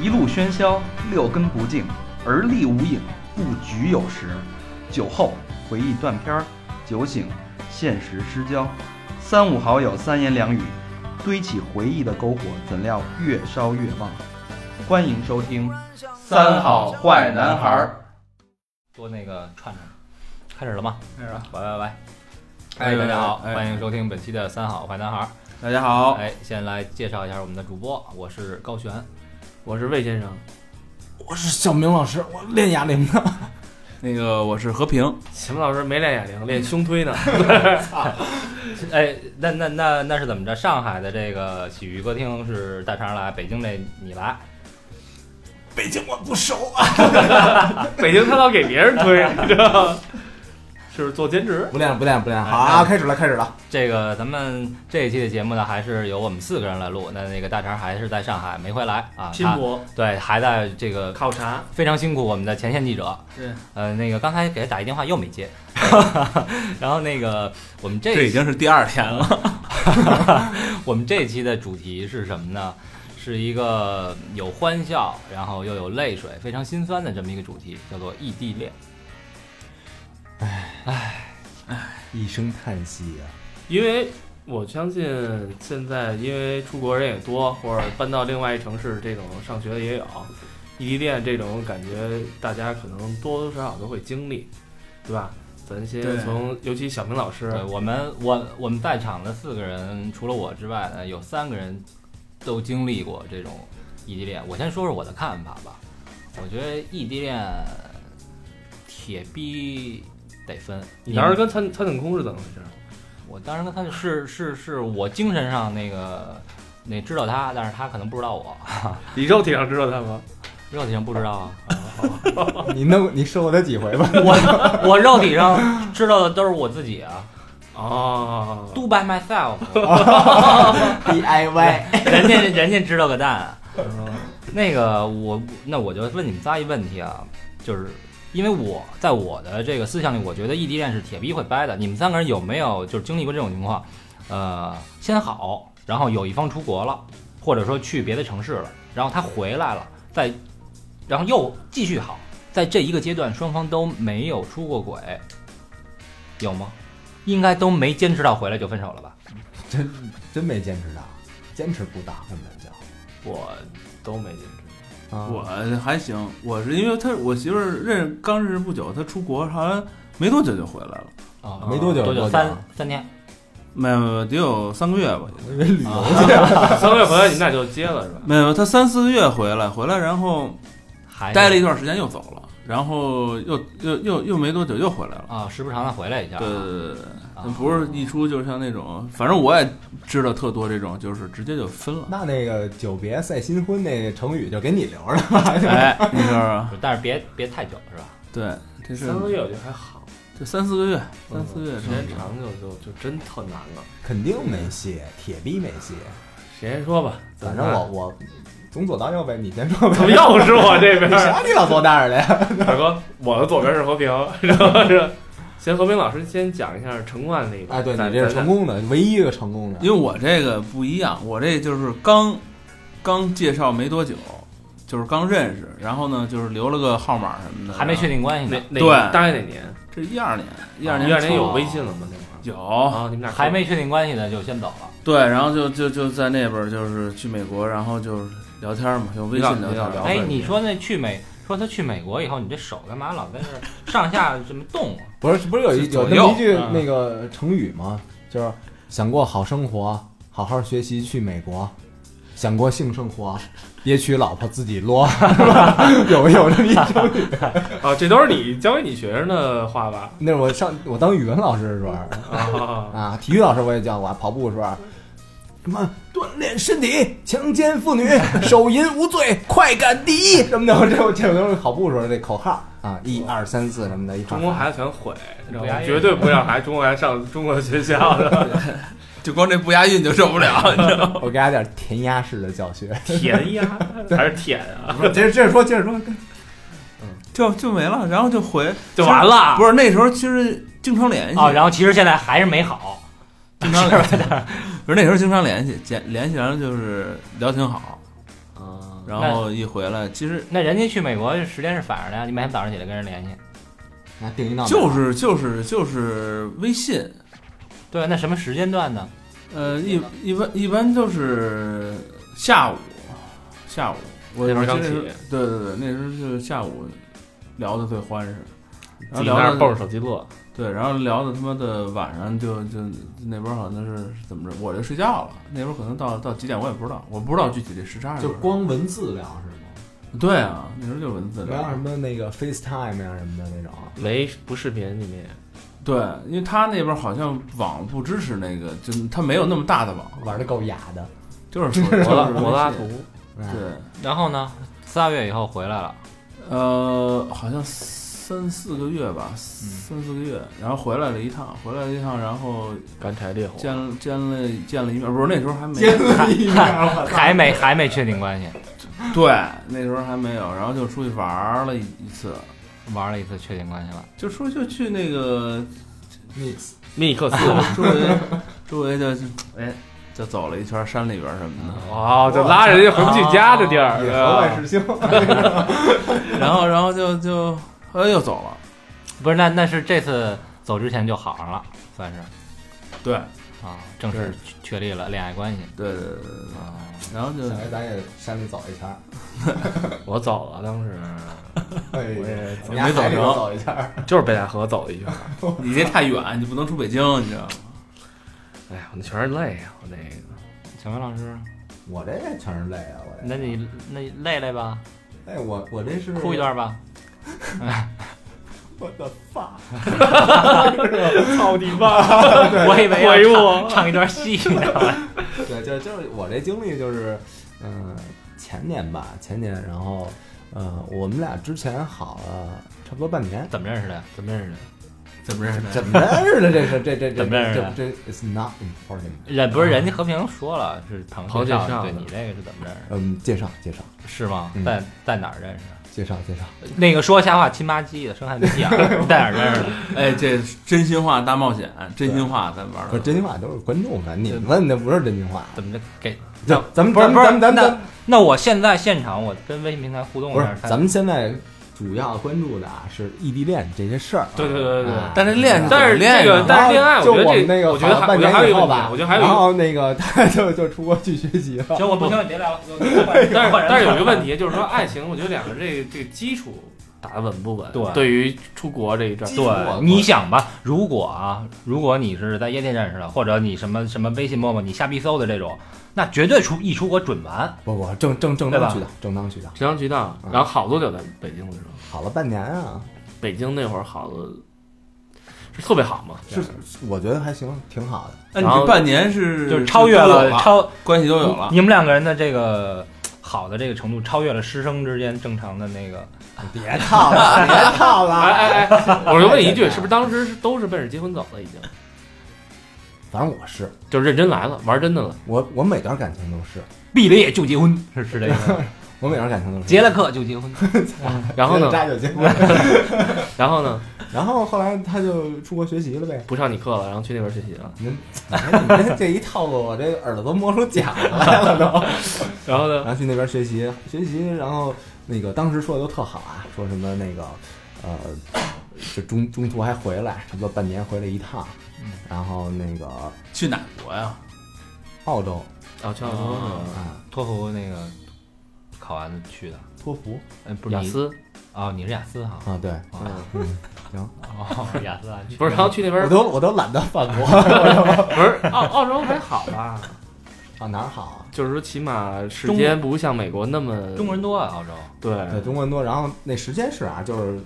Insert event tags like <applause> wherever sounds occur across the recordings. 一路喧嚣，六根不净，而立无影，不局有时。酒后回忆断片儿，酒醒现实失焦。三五好友三言两语，堆起回忆的篝火，怎料越烧越旺。欢迎收听《三好坏男孩儿》。多那个串串，开始了吗？开始了，喂喂喂！哎大家好，哎欢迎收听本期的《三好坏男孩》。大家好，哎，先来介绍一下我们的主播，我是高璇。我是魏先生，我是小明老师，我练哑铃啊呢。那个我是和平，启蒙老师没练哑铃，练 <laughs> 胸推呢。哎，那那那那是怎么着？上海的这个洗浴歌厅是大肠来，北京这你来。北京我不熟啊，北京他老给别人推，你知道吗？是不是做兼职？不练了不练了不练了。好哎啊，开始了开始了。这个咱们这一期的节目呢，还是由我们四个人来录。那那个大肠还是在上海没回来啊，拼他搏对，还在这个考察，非常辛苦我们的前线记者。对，呃，那个刚才给他打一电话又没 <laughs> 接，然后那个我们这这已经是第二天了，我们这期的主题是什么呢？是一个有欢笑，然后又有泪水，非常心酸的这么一个主题，叫做异地恋。一声叹息啊！因为我相信现在因为出国人也多，或者搬到另外一城市，这种上学也有，异地恋这种感觉，大家可能多多少少都会经历，对吧？咱先对从，尤其小明老师对，我们，我我们在场的四个人，除了我之外呢，有三个人都经历过这种异地恋。我先说说我的看法吧。我觉得异地恋铁逼得分。你当时跟苍苍井空是怎么回事？我当时跟他是是是我精神上那个那知道他，但是他可能不知道我，你肉体上知道他吗？肉体上不知道啊。你弄你收我他几回吧？我 <laughs> 我肉体上知道的都是我自己啊哦， ，do by myself， DIY <laughs> 人家人家知道个蛋。啊那个我那我就问你们仨一问题啊，就是因为我在我的这个思想里，我觉得异地恋是铁逼会掰的。你们三个人有没有就是经历过这种情况？呃，先好，然后有一方出国了，或者说去别的城市了，然后他回来了，再然后又继续好，在这一个阶段双方都没有出过轨，有吗？应该都没坚持到回来就分手了吧？真真没坚持到，坚持不到根本就。我都没进去。啊我还行，我是因为他我媳妇儿认识刚认识不久，她出国好像没多久就回来了，啊、没多久多久？多久三三天。没有没有得有三个月吧，我以为旅游啊、三个月回来你俩就接了是吧？没有她三四个月回来，回来然后还待了一段时间又走了，然后又又又又没多久又回来了。啊，时不常的回来一下。对对对对啊对，不是一出就像那种，反正我也知道特多这种，就是直接就分了。那那个久别赛新婚那成语就给你留着吧。哎，你知道吧？但是别别太久是吧？对，这是三个月我觉得还好，这三四个月，三四个月时间长就就就真特难了。肯定没戏，铁逼没戏。谁先说吧？反正我我从左到右呗，你先说呗怎。么又是我这边你？谁让 <laughs> 你老坐那儿了呀？大哥，我的左边是和平，然后是先和平老师先讲一下成万例吧。哎，对咱你这是成。功的，唯一一个成功的因。为我这个不一样，我这就是刚刚介绍没多久，就是刚认识，然后呢就是留了个号码什么的，还没确定关系咱呢咱，哪对哪大概哪年？这是一二年，一二一年二年有微信了吗？那会儿有啊，你们俩还没确定关系呢就先走了。对，然后就就就在那边儿就是去美国，然后就是聊天嘛，用微信聊比较比较天。聊哎，你说那去美，说他去美国以后，你这手干嘛老在那儿上下这么动啊？不是不是有一有是左那么右一句嗯那个成语吗？就是想过好生活，好好学习去美国；想过性生活，别娶老婆自己落，是吧？ <laughs> 有有这么一成语？啊，这都是你教给你学生的话吧？ <laughs> 那是我上我当语文老师的时候啊， <laughs> 啊，体育老师我也教过，跑步的时候。什么锻炼身体，强奸妇 <laughs> 女，手淫无罪，快感第一什么的，我这我这都是跑步的时候这口号啊，一二三四什么的，一串中国孩子全毁，你知道不押吗？韵绝对不让孩子中国孩子上中国的学校的 <laughs> 就光这不押韵就受不了，你知道吗？我给大家点填鸭式的教 <laughs> 学。舔呀，还是舔啊，接着接着说，接着说，就就没了，然后 <laughs> 就回就完了。不是那时候其实经常联系，哦，然后其实现在还是没好。 <laughs> 经 <laughs> 常联系，不是那时候经常联系，联联系完了就是聊挺好，啊，然后一回来，其实那人家去美国时间是反着的呀，你每天早上起来跟人联系。那定一闹表就是就是就是微信，对，啊那什么时间段呢？呃，一一般一般就是下午，下午我那会儿刚记得是起对对对，那时候就是下午聊的最欢实，然后自己聊那的儿蹦着手机乐，对，然后聊到他妈的晚上就就那边好像是怎么着，我就睡觉了。那边可能到到几点我也不知道，我不知道具体这时差是就多少光文字聊是吗？对啊，那时候就文字没有什么那个 FaceTime 呀、什么的那种。没不 <laughs> 视频里面。对，因为他那边好像网不支持那个，就他没有那么大的网，玩的够雅的，就是手柏拉就是柏拉微信图，嗯对，然后呢，仨月以后回来了，呃，好像三四个月吧，三四个月，然后回来了一趟，回来了一趟，然后干柴烈火，见了见了见了一面，不是那时候嗯还没还没还没确定关系，对，那时候还没有，然后就出去玩了一一次，玩了一次确定关系了。就说就去那个密克斯， <laughs> 周围周围就哎就走了一圈山里边什么的，哦，就拉人家回不去家的地儿，也对和吧外师兄，然后然后就就后来又走了，不是，那那是这次走之前就好上了，算是对啊，正式确立了恋爱关系对对对对对，啊。然后就小黑咱也山里走一圈儿，我走了，当时哎我也我们家海里没走成走一圈儿，就是北戴河走了一圈。你这太远，你不能出北京，你知道吗？哎呀，我那全是泪啊，我那个小明老师，我这也全是累啊，我这。那你那你累累吧，哎，我我这是哭一，段吧。我的发，操你妈！ <laughs> 我以为哎要唱呦唱一段戏呢。对，就就是我这经历就是，嗯、前年吧，前年，然后，呃，我们俩之前好了差不多半年， <laughs> 怎么认识的？怎么认识的？怎么认识的？ <laughs> 怎么啊认识的？这是这这这怎么认识这的这这 is not important。人不是人家和平说了是朋朋友友介介绍绍的，的对你这个是怎么认识嗯，介绍介绍的？是吗嗯？在在哪儿认识的？介绍介绍，嗯那个说瞎话亲妈鸡的生汉皮啊，在哪儿认识的？哎，这真心话大冒险，真心话咱玩不是的真心话都是观众的，你们问的不是真心话。怎么着给？就咱们不是咱不是们咱们咱那们那我现在现场我跟微信平台互动一不是下，他咱们现在主要关注的啊是异地恋这些事儿。对对对对对啊但是恋是但是恋爱这呢个，但是恋爱，就我觉得们那这，个我觉得好还，半我觉年得还有以一个后问题吧，，我觉得还有一然个，后那个他就就出国去学习了。行，我不行，你别聊了。我 <laughs> 但是但是有一个问，题，就是说爱情，我觉得两个人这个这个基础打得稳不稳？对对于出国这一阵儿，基础对，你想吧，如果啊，如果你是在夜店认识的，或者你什么什么微信、陌陌，你瞎逼搜的这种，那绝对出一出国准完。不不，正正正对吧当渠道，正当渠道。平常渠道，嗯然后好多久在北京的时候，好了半年啊，北京那会儿好的是特别好嘛，是我觉得还行，挺好的。哎那你这半年是就是超越都了有了超关系都有了，你们两个人的这个好的这个程度，超越了师生之间正常的那个。别套了， <laughs> 别套哎了。哎哎，我就问一句，是不是当时是都是奔着结婚走了，已经反正我是，就认真来了，玩真的了？我我每段感情都是，毕了业就结婚，是是这个，我每段感情都是 <laughs> 结了课就结婚。然后结了呢，扎就结婚。然后呢，然后后来他就出国学习了呗。不上你课了，然后去那边学习了，您，你这这一套我这耳朵都磨出茧来了都。然后呢，然后去那边学习学习，然后那个当时说的都特好啊，说什么那个呃，就中中途还回来，差不多半年回来一趟，然后那个去哪国呀？澳洲哦，去澳洲啊啊，托福那个考完去的，托福哎，不是是吧雅你思，哦，你是雅思哈。啊，对，哦嗯，行，哦， <laughs> 雅思啊，不是，然后去那嗯边我都我都懒得反驳我不 <laughs> 是澳澳洲还好吧？都啊哪儿好啊？就是说起码时间不像美国那么中国人多啊，澳洲。对对，中国人多，然后那时间是啊，就是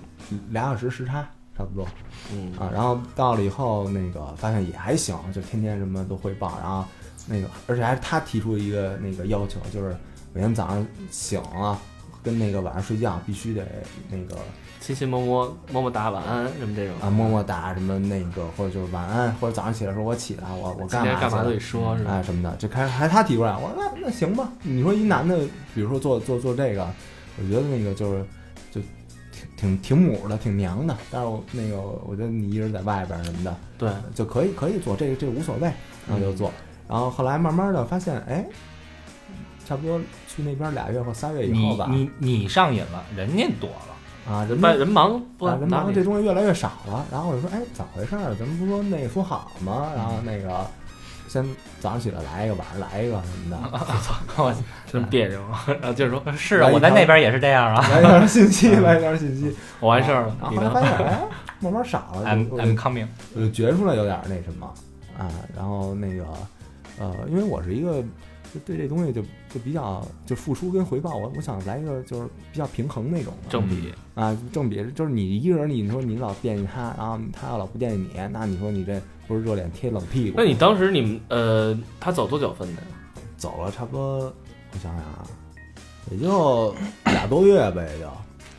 俩小时时差差不多嗯啊，然后到了以后那个发现也还行，就天天什么都汇报，然后那个而且还是他提出一个那个要求，就是每天早上醒了。跟那个晚上睡觉必须得那个亲亲摸摸摸摸打晚安什么这种啊，么么哒什么那个，或者就是晚安，或者早上起来说我起来，我我今干嘛天干嘛去都了得说是吧？哎什么的，这开始还他提出来，我说那那行吧。你说一男的，比如说做做做这个，我觉得那个就是就挺挺挺母的，挺娘的。但是我那个我觉得你一人在外边儿什么的对，就可以可以做，这个这个无所谓，然后就做。然后后来慢慢的发现，哎，差不多去那边俩月或仨月以后你吧。你你上瘾了，人家躲了。啊，人把们人忙不啊，人拿 <laughs> 忙这东西越来越少了。然后我就说，哎，咋回事儿？咱们不说那说好吗？然后那个先早上起来来一个，晚上来一个什么 <laughs> 的，我真别扭啊，然后接着说是啊，我在那边也是这样啊。来一条信息，来一条信息。我完事儿了，然后你后来呢？发现，哎，慢慢少了， I'm 就 I'm coming。我就觉出来有点儿那什么啊，然后那个呃，因为我是一个就对这东西就就比较就付出跟回报，我我想来一个就是比较平衡那种的正比啊，正比就是你一个人，你说你老惦记他，然后他要老不惦记你，那你说你这不是热脸贴冷屁股？那你当时你们呃，他走多久分的呀？走了差不多，我想想啊，也就俩多月呗，也就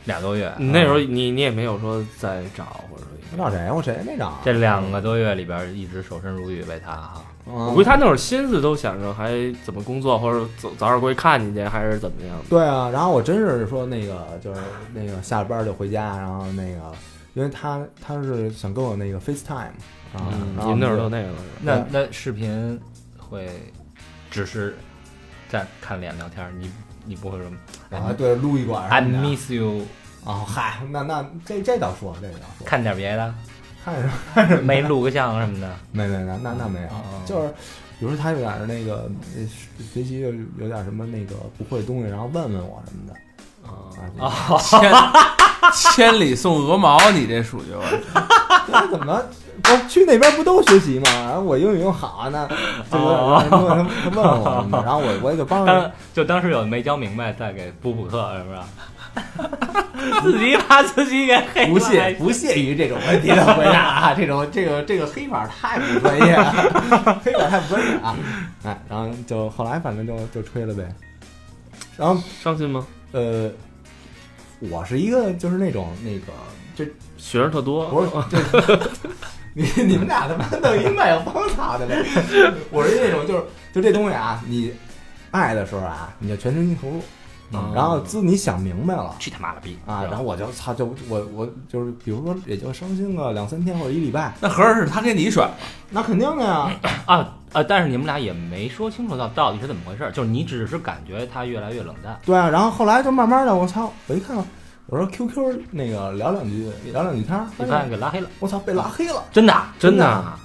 俩多啊月，你那时候你你也没有说再找或者没说，找谁，我谁也没找，啊这两个多月里边一直守身如玉为他哈。嗯我估计他那会儿心思都想着还怎么工作，或者早早点过去看你去，还是怎么样的？对啊，然后我真是说那个就是那个下了班就回家，然后那个因为他他是想跟我那个 FaceTime 啊，然嗯，你后们那会儿就都那个了 <laughs> 是吧？那那视频会只是在看脸聊天，你你不会说哎啊对撸一管 I 什么的 miss you，啊嗨，那那这这倒说这个倒说，看点别 <laughs> 的，看什么？没录个像什么的。没没没，那那没有，哦就是比如说他有点儿那个呃学习有有点儿什么那个不会的东西，然后问问我什么的哦啊啊，千千里送鹅毛，你这属于我那怎么？我去那边不都学习吗？然后我英语又好啊，那就有点儿他问他问我什么的，然后我我也就帮着当就当时有没教明白，再给补补课，是不是？自己把自己给黑 <laughs> 了。不屑不屑于这种问题的回答啊！这种这个这个黑板太不专业了， <laughs> 黑板太不专业啊！哎，然后就后来反正就就吹了呗。然后伤心吗？呃，我是一个就是那种那个这学生特多，不是这。你你们俩他妈弄一卖荒草的呗！ <laughs> 我是那种就是就这东西啊，你爱的时候啊，你就全身心投入，嗯然后自你想明白了，去他妈了逼啊，然后我就操，就我我就是，比如说也就伤心个两三天或者一礼拜，那合着是他给你甩了，那肯定的呀。啊啊！但是你们俩也没说清楚到到底是怎么回事，就是你只是感觉他越来越冷淡。对啊，然后后来就慢慢的，我操，我一看，我说 QQ 那个聊两句，聊两句天儿，你发发现现给拉黑了，我操被拉黑了真的啊，真的啊啊，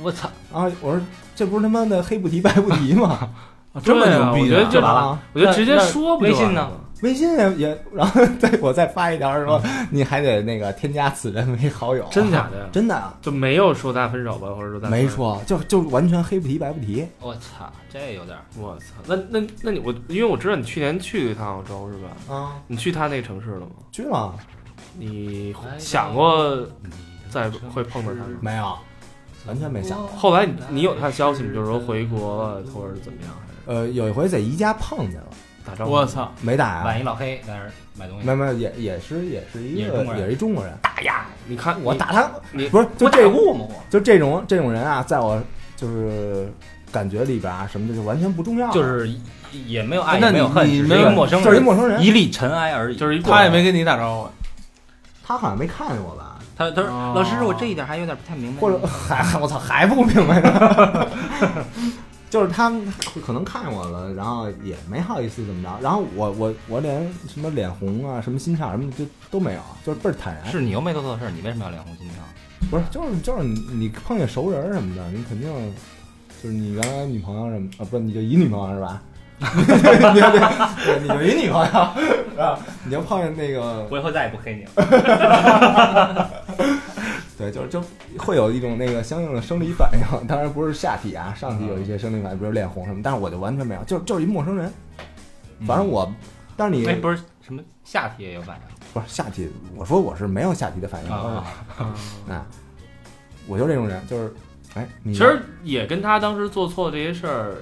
我操！啊！我说这不是他妈的黑不提白不提吗？啊这么对啊牛逼我觉得呢？这完了，我觉得那直接那说不微就完信呢了吗？微信也也，然后再我再发一条说你还得那个添加此人为好友， <laughs> 哦真假的呀？真的啊就没有说咱分手吧，或者说咱没。说，就就完全黑不提白不提。我操，这有点儿我操，那那那你我，因为我知道你去年去了一趟澳洲是吧？啊，你去他那城市了吗？去了你想过再会碰着他吗？没有？完全没想哦过。后来你你有他的消息吗？就是说回国了，或者怎么样？还是呃，有一回在宜家碰见了，打招呼？我操！没打呀、晚一老黑在那儿买东西没，有没有，也也是也是一也是个中国人也是一中国人，你看我你打他你不是就我这打过吗？我就这种这种人啊，在我就是感觉里边啊什么的就完全不重要，就是也没有爱，那也没有你恨，你只是没一有个陌生就是一人，陌生人，一粒尘埃而已。就是一过他也没跟你打招呼，他好像没看见我吧，他他说哦老师，我这一点还有点不太明白，或者 <laughs> 还我操还不明白呢，就是他们可能看见我了，然后也没好意思怎么着，然后我我我连什么脸红啊什么心跳什么的就都没有，就是倍儿坦然，是你又没做错事儿，你为什么要脸红心啊跳？不是，就是就是你你碰见熟人什么的，你肯定就是你原来女朋友什么啊，不，你就一女朋友是吧？ <laughs> 你就对，你就一女朋友是吧？你就碰见那个，我以后再也不黑你了。对，就是就会有一种那个相应的生理反应，当然不是下体啊，上体有一些生理反应，比如脸红什么，但是我就完全没有，就就是一陌生人，反正我，但是你、哎，不是什么下体也有反应不是下体，我说我是没有下体的反应，啊？哎，我就这种人，就是哎，你其实也跟他当时做错这些事儿，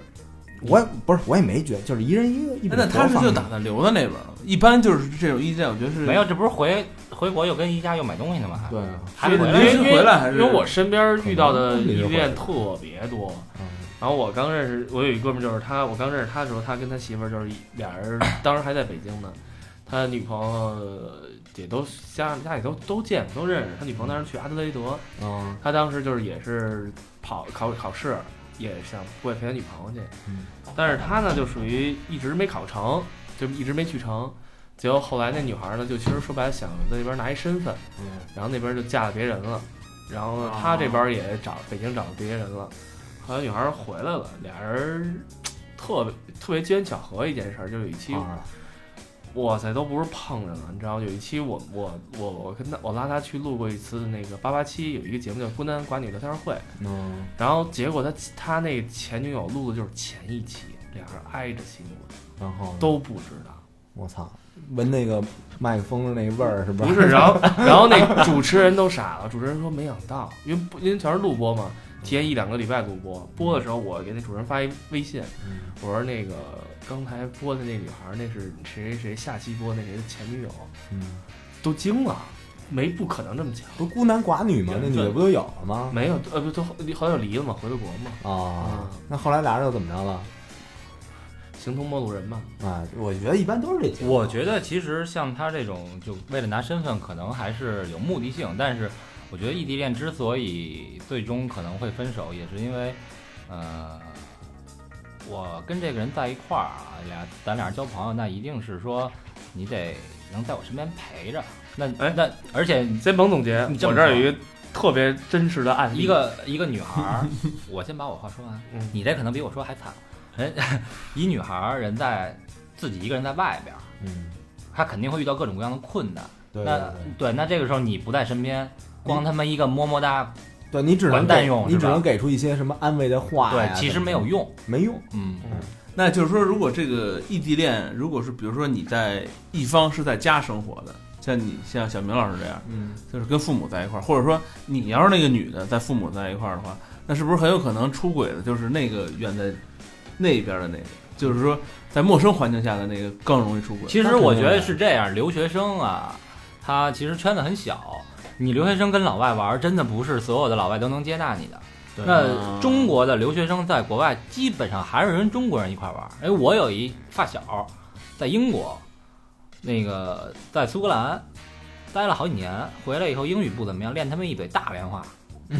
我也不是，我也没觉得，就是一人一个一哎本那手他是放就着打在刘的那边了。一般就是这种意见，我觉得是没有，这不是回回国又跟宜家又买东西呢吗？还对啊，还因回来了为因是为回来还是因为我身边遇到的异可地能恋特别多。嗯然后我刚认识，我有一哥们儿就是他，我刚认识他的时候，他跟他媳妇儿就是一俩人，当时还在北京呢。他女朋友也都家家里都都见过，都认识。他女朋友当时去阿德雷德，嗯他当时就是也是跑考考试，也想过去陪他女朋友去，嗯但是他呢就属于一直没考成，就一直没去成。结果后来那女孩呢，就其实说白了想在那边拿一身份，嗯然后那边就嫁了别人了，然后呢他这边也找北京找了别人了，后来女孩回来了，俩人特别特别机缘巧合一件事儿，就是有一嗯期啊哇塞，都不是碰着了，你知道吗？有一期我我我我跟他我拉他去录过一次那个八八七有一个节目叫《孤男寡女聊天会》，嗯，然后结果他他那前女友录的就是前一期，俩人挨着期录的，然后都不知道。我操，闻那个麦克风那味儿是吧？ <laughs> 不是，然后然后那主持人都傻了，主持人说没想到，因为不因为全是录播嘛，提前一两个礼拜录播，播的时候我给那主持人发一微信， <laughs> 嗯，我说那个刚才播的那女孩儿那是谁谁谁下期播那谁的前女友，嗯，都惊了，没不可能这么巧，不是孤男寡女吗？那女的不都有了吗？没有呃不都好像离了嘛，回了国嘛，啊嗯，那后来俩人又怎么着了？形同陌路人嘛，啊，我觉得一般都是这情况。我觉得其实像他这种，就为了拿身份，可能还是有目的性。但是我觉得异地恋之所以最终可能会分手，也是因为，呃，我跟这个人在一块儿啊，俩咱俩是交朋友，那一定是说你得能在我身边陪 <laughs> 着。那哎那而 <laughs> 且先甭总结，你我这么这儿说有一个特别真实的案例，一个一个女孩儿，我先把我话说完，啊嗯你这可能比我说还惨。人 <laughs> 一女孩儿人在自己一个人在外边儿，嗯，她肯定会遇到各种各样的困难。对对那对。对，那这个时候你不在身边，光他妈一个么么哒，对你只能完蛋给用你是只吧能给出一些什么安慰的话呀对，其实没有，用。没用。嗯，那就是说，如果这个异地恋，如果是比如说你在一方是在家生活的，像你像小明老师这样，嗯，就是跟父母在一块儿，或者说你要是那个女的在父母在一块儿的话，那是不是很有可能出轨的就是那个远在那边的那个？就是说，在陌生环境下的那个更容易出轨。其那实肯定我觉得的是这样，留学生啊，他其实圈子很小，你留学生跟老外玩儿，真的不是所有的老外都能接纳你的。对啊那中国的留学生在国外基本上还是跟中国人一块玩儿。哎，我有一发小在英国，那个在苏格兰待了好几年，回来以后英语不怎么样，练他们一嘴大连话，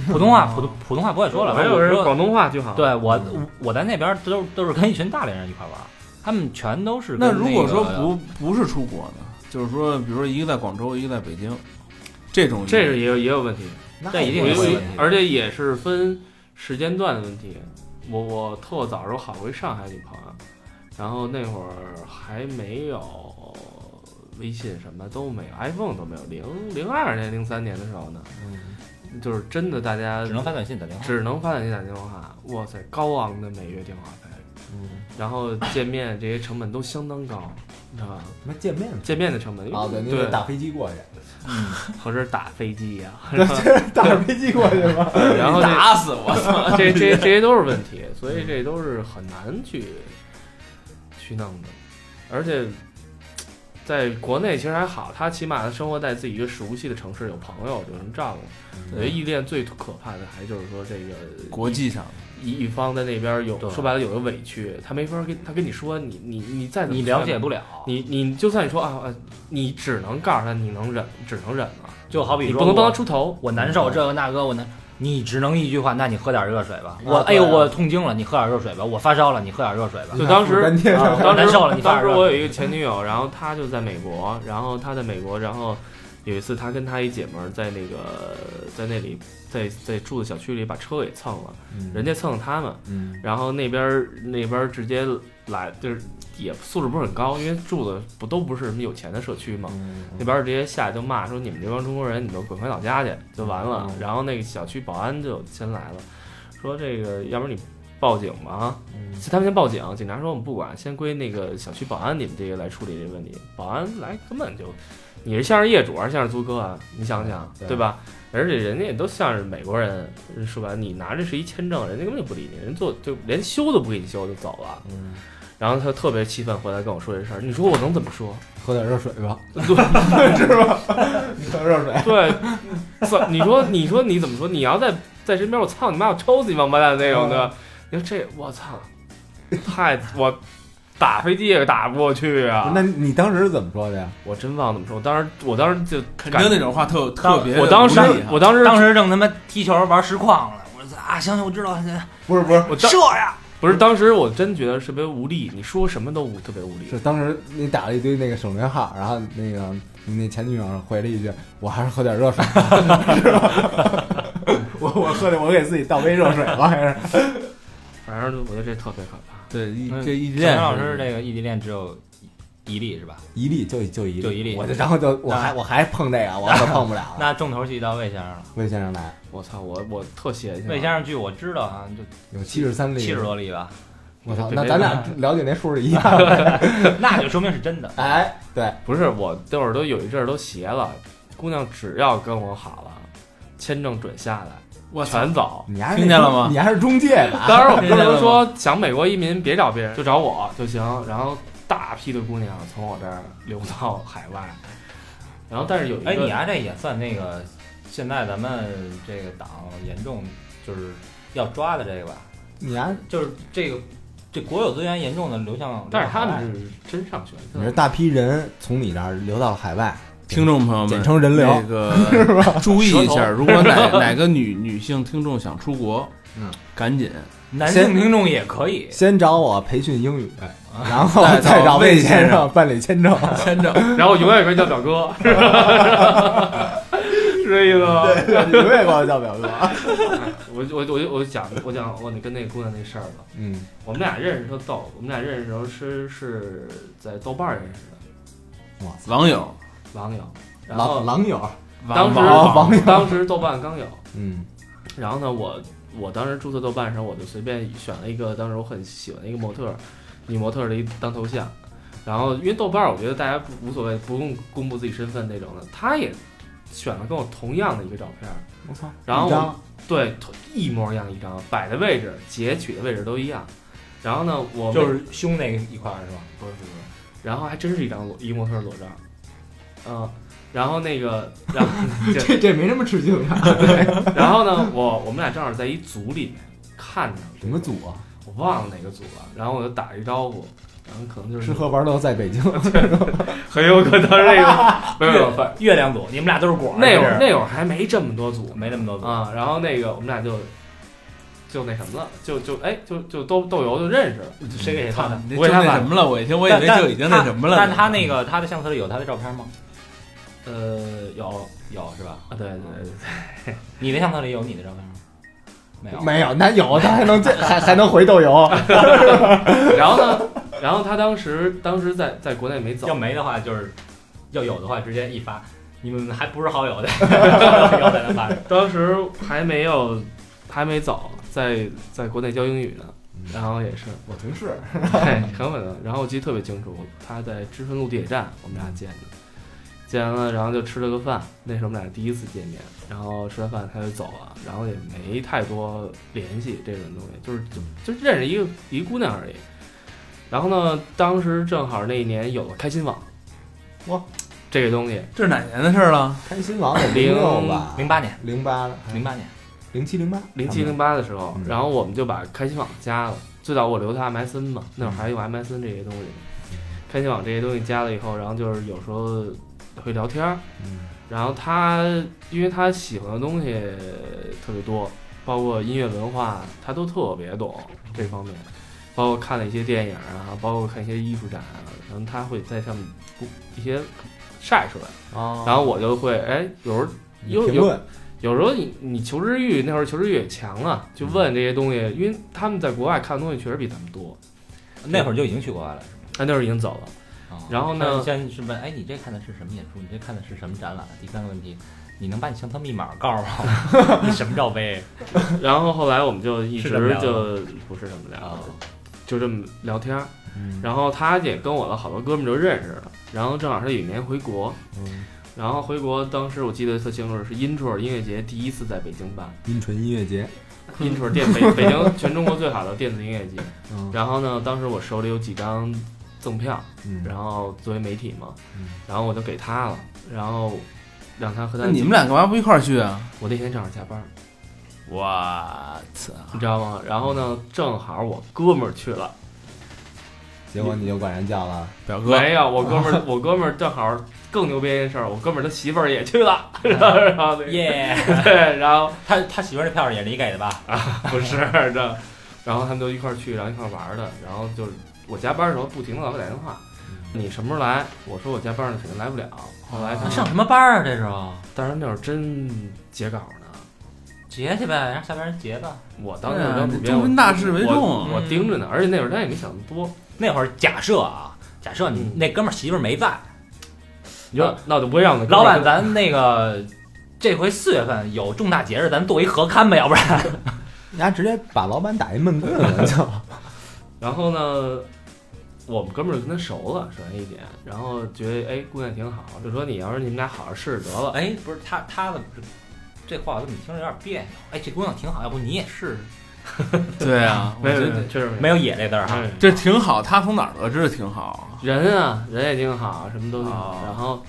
普通话普通普通话不会说了，还有我人说广东话就啊好，对我我在那边都都是跟一群大连人一块玩儿，他们全都是跟那如果个说不不是出国呢？就是说，比如说一个在广州，一个在北京，这种这是也有也有问题。那这一定我有觉问得题，而且也是分时间段的问题。我我特早的时候考过一上海女朋友，然后那会儿还没有微信，什么都没有，iPhone 都没有，零零二年、零三年的时候呢，嗯就是真的大家只能发短信打电话。只能发短信打电话，哇塞，高昂的每月电话费，嗯，然后见面这些成本都相当高，你知道吧？什么见面哎见面的成本啊？对，你得打飞机过去，合着打飞机 <laughs> 呀、 <laughs> 打飞机过去吗？ <laughs> 然后这打死我！这这这些都是问题，所以这都是很难去去弄的。而且在国内其实还好，他起码生活在自己一个熟悉的城市，有朋友，有人照顾。我哎觉得异地恋最可怕的还就是说这个国际上，一一方在那边有对说白了有个委屈，他没法跟他跟你说，你你你再怎么 <laughs> 你了劝解不 <laughs> 了，你你就算你说啊啊，你只能告诉他你能忍，只能忍了，就好比你说不能帮我他出头。我难受这个那个我难，你只能一句话，那你喝点热水吧。啊我哎对啊呦我痛经了，你喝点热水吧。我发烧了，你喝点热水吧。就当时半天啊当时难受了，你发当点时热我水。有一个前女友，然后她就在美国，然后她在美国，然后有一次她跟她一姐们儿在那个在那里在在住的小区里把车给蹭了，人家蹭了他们，嗯然后那边儿那边儿直接来就是也素质不是很高，因为住的不都不是什么有钱的社嗯区嘛。那边儿直接下来就骂说：“你们这帮中国人，你们滚回老家去就完了。嗯然后那个小区保安就先来了，说：“这个，要不然你报警吧。”嗯他们先报警，警察说我们不管，先归那个小区保安你们这个来处理这个问题。保安来根本就，你是像是业主还是像是租客啊？你想想，对对吧？而且人家也都像是美国人，说白了，你拿着是一签证，人家根本就不理你，人做就连修都不给你修就走了。嗯，然后他特别气愤，回来跟我说这事儿，你说我能怎么说？喝点热水 <laughs> 吧，对是吧？你 <laughs> 喝热水，啊对，怎你说你说你怎么说？你要在在身边，我操你妈，我抽死你王八蛋那种的。你说这我操，太我打飞机也打不过去啊！那你当时是怎么说的呀？我真忘了怎么说，我当时我当时就肯感定那种话特特别的我当时无力啊我当时当时正他妈踢球玩实况呢，我说操，啊，行行，我知道，不是不是，我当射呀，不是当时我真觉得特别无力，你说什么都无特别无力。是当时你打了一堆那个省略号，然后那个你那前女友回了一句：“我还是喝点热水吧， <laughs> 是吧？”我我喝点，我给自己倒杯热水吧，还是反正我觉得这特别可怕。对，一嗯这异地小陈恋是老师这个异地恋只有一例是吧？一粒就就一粒，就一粒我就然后就我那还我还碰这个，我可碰不啊了了。那重头戏到魏先生了。魏先生来我操，我我特邪性啊。魏先生，据我知道啊，就有七十三粒，七十多例吧， <laughs> 我操，对那对咱俩了解那数是一样 <laughs> 的。那就说明是真的。哎，对，不是我那会儿都有一阵儿都邪了，姑娘只要跟我好了，签证准下来，我操，全走。你还是那听见了吗你还是中介吧？当时 <laughs> 我们听见都了说想美国移民别找别人，就找我就行。然后大批的姑娘从我这儿流到海外，然后但是有一个，哎，你啊，这也算那个现在咱们这个党严重就是要抓的这个吧，你还就是这个这国有资源严重的流向，但是他们是真上学，你是大批人从你这儿流到了海外，听众朋友们，简称人流那个注意一下，如果哪哪个女女性听众想出国，嗯，赶紧男性听众也可以，先找我培训英语，然后再找再找魏魏先先生办理签证。签证。然后我永远管你叫表哥，是这意思吗？你们也管我叫表哥。我我我我讲我讲我跟那姑娘那事儿吧，嗯，我们俩认识特逗，我们俩认识的时候是是在豆瓣儿认识的网友，网友，然后嗯狼狼友，当时网网友当时豆瓣刚有，嗯然后呢，我我当时注册豆瓣的时候，我就随便选了一个当时我很喜欢的一个模特儿，女模特儿的一当头像。然后因为豆瓣儿，我觉得大家不无所谓，不用公布自己身份那种的。她也选了跟我同样的一个照片儿，我操，然后一张对，同一模一样一张，摆的位置、截取的位置都一样。然后呢，我们就是胸那一块儿是吧？不是不是，然后还真是一张裸一模特儿裸照，嗯，然后那个，然后这这没什么吃惊的。对，然后呢，我我们俩正好在一组里面看着什么组啊？我忘了哪个组了，然后我就打了一招呼，然后可能就是吃喝玩乐在北京。很有可能这个，没有没有，反正月亮组，你们俩都是果儿，那会这儿是那会儿还没这么多组没那么多组，啊，然后那个我们俩就就那什么了，就就哎就就都豆油就认识了，谁给谁看的？你我就也害那怕什么了，我已经我以但为但就已经那什么了。但但他那个他的相册里有他的照片吗？呃有有是吧？啊对对对对，你的相册里有你的照片吗？没有， <laughs> 没有，那有他还能这还还能回豆油。 <laughs> 然后呢，然后他当时当时在在国内没走要，没的话就是，要有的话直接一发，你们还不是好友 <laughs> 的，要在那发。当时还没有还没走，在在国内教英语呢，然后也是我同事，对，很稳当。然后我记得特别清楚，他在知春路地铁站，我们俩见的，见完了，然后就吃了个饭，那是我们俩第一次见面。然后吃完饭他就走了，然后也没太多联系这种东西，就是就就认识一个一姑娘而已。然后呢，当时正好那一年有了开心网，哇，这个东西这是哪年的事儿了？开心网得零六吧，零八年，零八了，零八年，零七零八零七零八的时候嗯，然后我们就把开心网加了。最早我留他 MSN 嗯嘛，那会儿还用 MSN 这些东西。开心网这些东西加了以后，然后就是有时候会聊天儿。嗯然后他，因为他喜欢的东西特别多，包括音乐文化，他都特别懂这方面。嗯包括看了一些电影啊，包括看一些艺术展啊，然后他会在上面不一些晒出来，哦然后我就会哎，有时候有评有论有时候你你求知欲那会儿求知欲也强了，就问这些东西，嗯因为他们在国外看的东西确实比咱们多。那会儿就已经去国外了。哦是他那会儿已经 <laughs> 走了，吗？然后呢先是问，哎，你这看的是什么演出？你这看的是什么展览？第三个问题，你能把你相册密码告诉 <laughs> 我？你什么罩杯？然后后来我们就一直是这么聊啊就不是这么聊哦的，就这么聊天儿。嗯然后他也跟我的好多哥们儿就认识了，然后正好他有一年回国，嗯，然后回国当时我记得特清楚，是 Intro 音乐节第一次在北京 <laughs> 办音纯音乐节， ，Intro 电北北京全中国最好的电子音乐节。嗯然后呢，当时我手里有几张赠票，嗯然后作为媒体嘛嗯，然后我就给他了，然后让他和他那你们俩干嘛不一块儿去啊？我那天正好加班，我操！啊你知道吗？然后呢，正好我哥们儿去了，结果你就管人叫了，表哥没有，我哥们 <laughs> 儿，我哥们儿正好更牛逼一事儿，我哥们儿他媳妇儿也去了， <laughs> 然后然后那个耶，对，然后他他媳妇儿那票也是你给的吧？不是这，然后他们就一块儿去，然后一块儿玩儿的，然后就是我加班的时候不停的给我打电话，嗯你什么时候来？我说我加班呢，肯定来不了。后来他 <laughs> 他们上，什么班儿啊？这时候当时那会儿真截稿呢，结去呗，让下边人结吧。我当啊时当主编，中我心大事为重啊我，我盯着呢，而且那会儿他也没想那么多，那会儿假设啊，假设你嗯那哥们儿媳妇儿没在，你说那我就不会让我老板，咱那个这回四月份有重大节日，咱做一合刊吧，要不然你家直接把老板打一闷棍了，就然后呢，我们哥们儿就跟他熟了，首先一点，然后觉得哎姑娘挺好，就说你要是你们俩好好试试得了。 <laughs> 哎，不是他他的这话我怎么听着有点别扭？哎，这姑娘挺好，要不你也试试？对啊，我没觉有，没有嗯得确实没有野这字儿哈。有这挺好，他从哪儿得知的挺好，人啊，人也挺好，什么都挺好。哦然后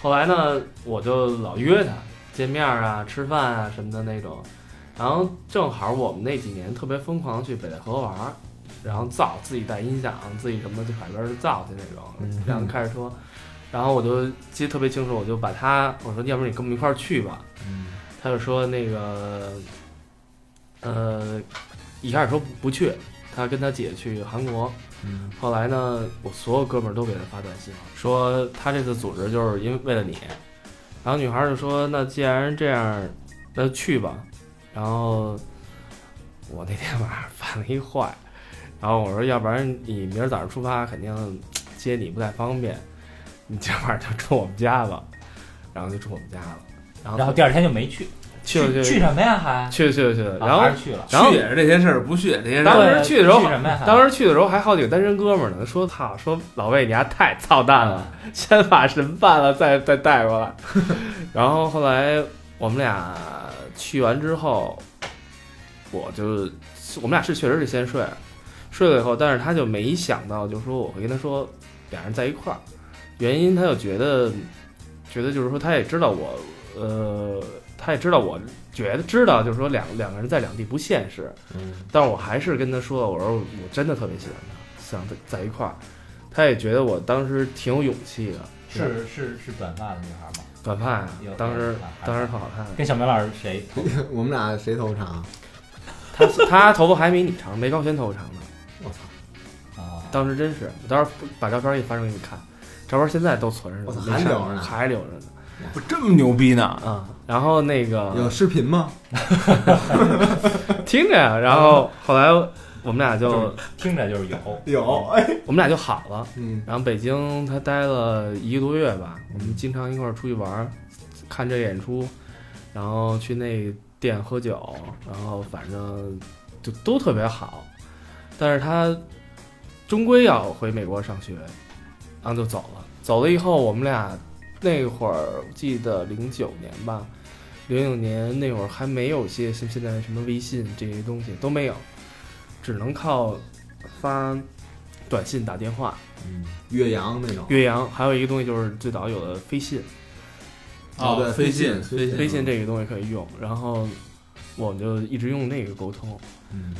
后来呢，我就老约他见面啊、吃饭啊什么的那种。然后正好我们那几年特别疯狂地去北戴河玩儿，然后造自己带音响，自己什么就海边儿造去那种嗯，然后开着车。然后我就记得特别清楚，我就把他我说，要不然你跟我们一块儿去吧。嗯他就说那个，呃，一开始说不不去，他跟他姐去韩国，嗯后来呢，我所有哥们儿都给他发短信说他这次组织就是因为为了你。然后女孩儿就说：“那既然这样，那就去吧。”然后我那天晚上犯了一坏，然后我说：“要不然你明儿早上出发，肯定接你不太方便，你今晚上就住我们家吧。”然后就住我们家了。然后然后第二天就没去，去了去去什么呀还？去了去了去了，然后啊还是去了。然后去也是这些事儿，不去也是这些事当儿。时去的时候去什么呀还？ <laughs> 当时去的时候还好几个单身哥们儿呢，说操，说老魏你丫太操蛋了，先把神办了，再再带过来。 <laughs> 然后后来我们俩去完之后，我就我们俩是确实是先睡，睡了以后，但是他就没想到，就说我会跟他说俩人在一块儿，原因他就觉得觉得就是说他也知道我，呃，他也知道我觉得知道就是说两两个人在两地不现实。嗯但我还是跟他说了，我说我真的特别喜欢他，想在一块儿。他也觉得我当时挺有勇气的，是是是短发的女孩吗？短发呀有，当时有短发当时特好看。跟小明老师谁？我们俩谁头啊长？他他头发还没你长，没高轩头发长呢。我操！哦，当时真是，我到时候把照片给发上给你看，照片现在都存着呢，我操还没删留着呢还留着呢不这么牛逼呢？啊、然后那个有视频吗？听着呀，然 <laughs> 后后来我们俩就就是听着就是有。有，哎，我们俩就好了。嗯，然后北京他待了一个多月吧，我们经常一块儿出去玩儿，看这演出，然后去那店喝酒，然后反正就都特别好。但是他终归要回美国上学，然后就走了。走了以后，我们俩那会儿我记得零九年吧，零九年那会儿还没有些现现在什么微信这些东西都没有，只能靠发短信打电话。嗯，岳阳那种，岳阳，还有一个东西就是最早有的飞信，哦，对，费飞劲，信，飞信，这个东西可以用，然后我们就一直用那个沟通。嗯，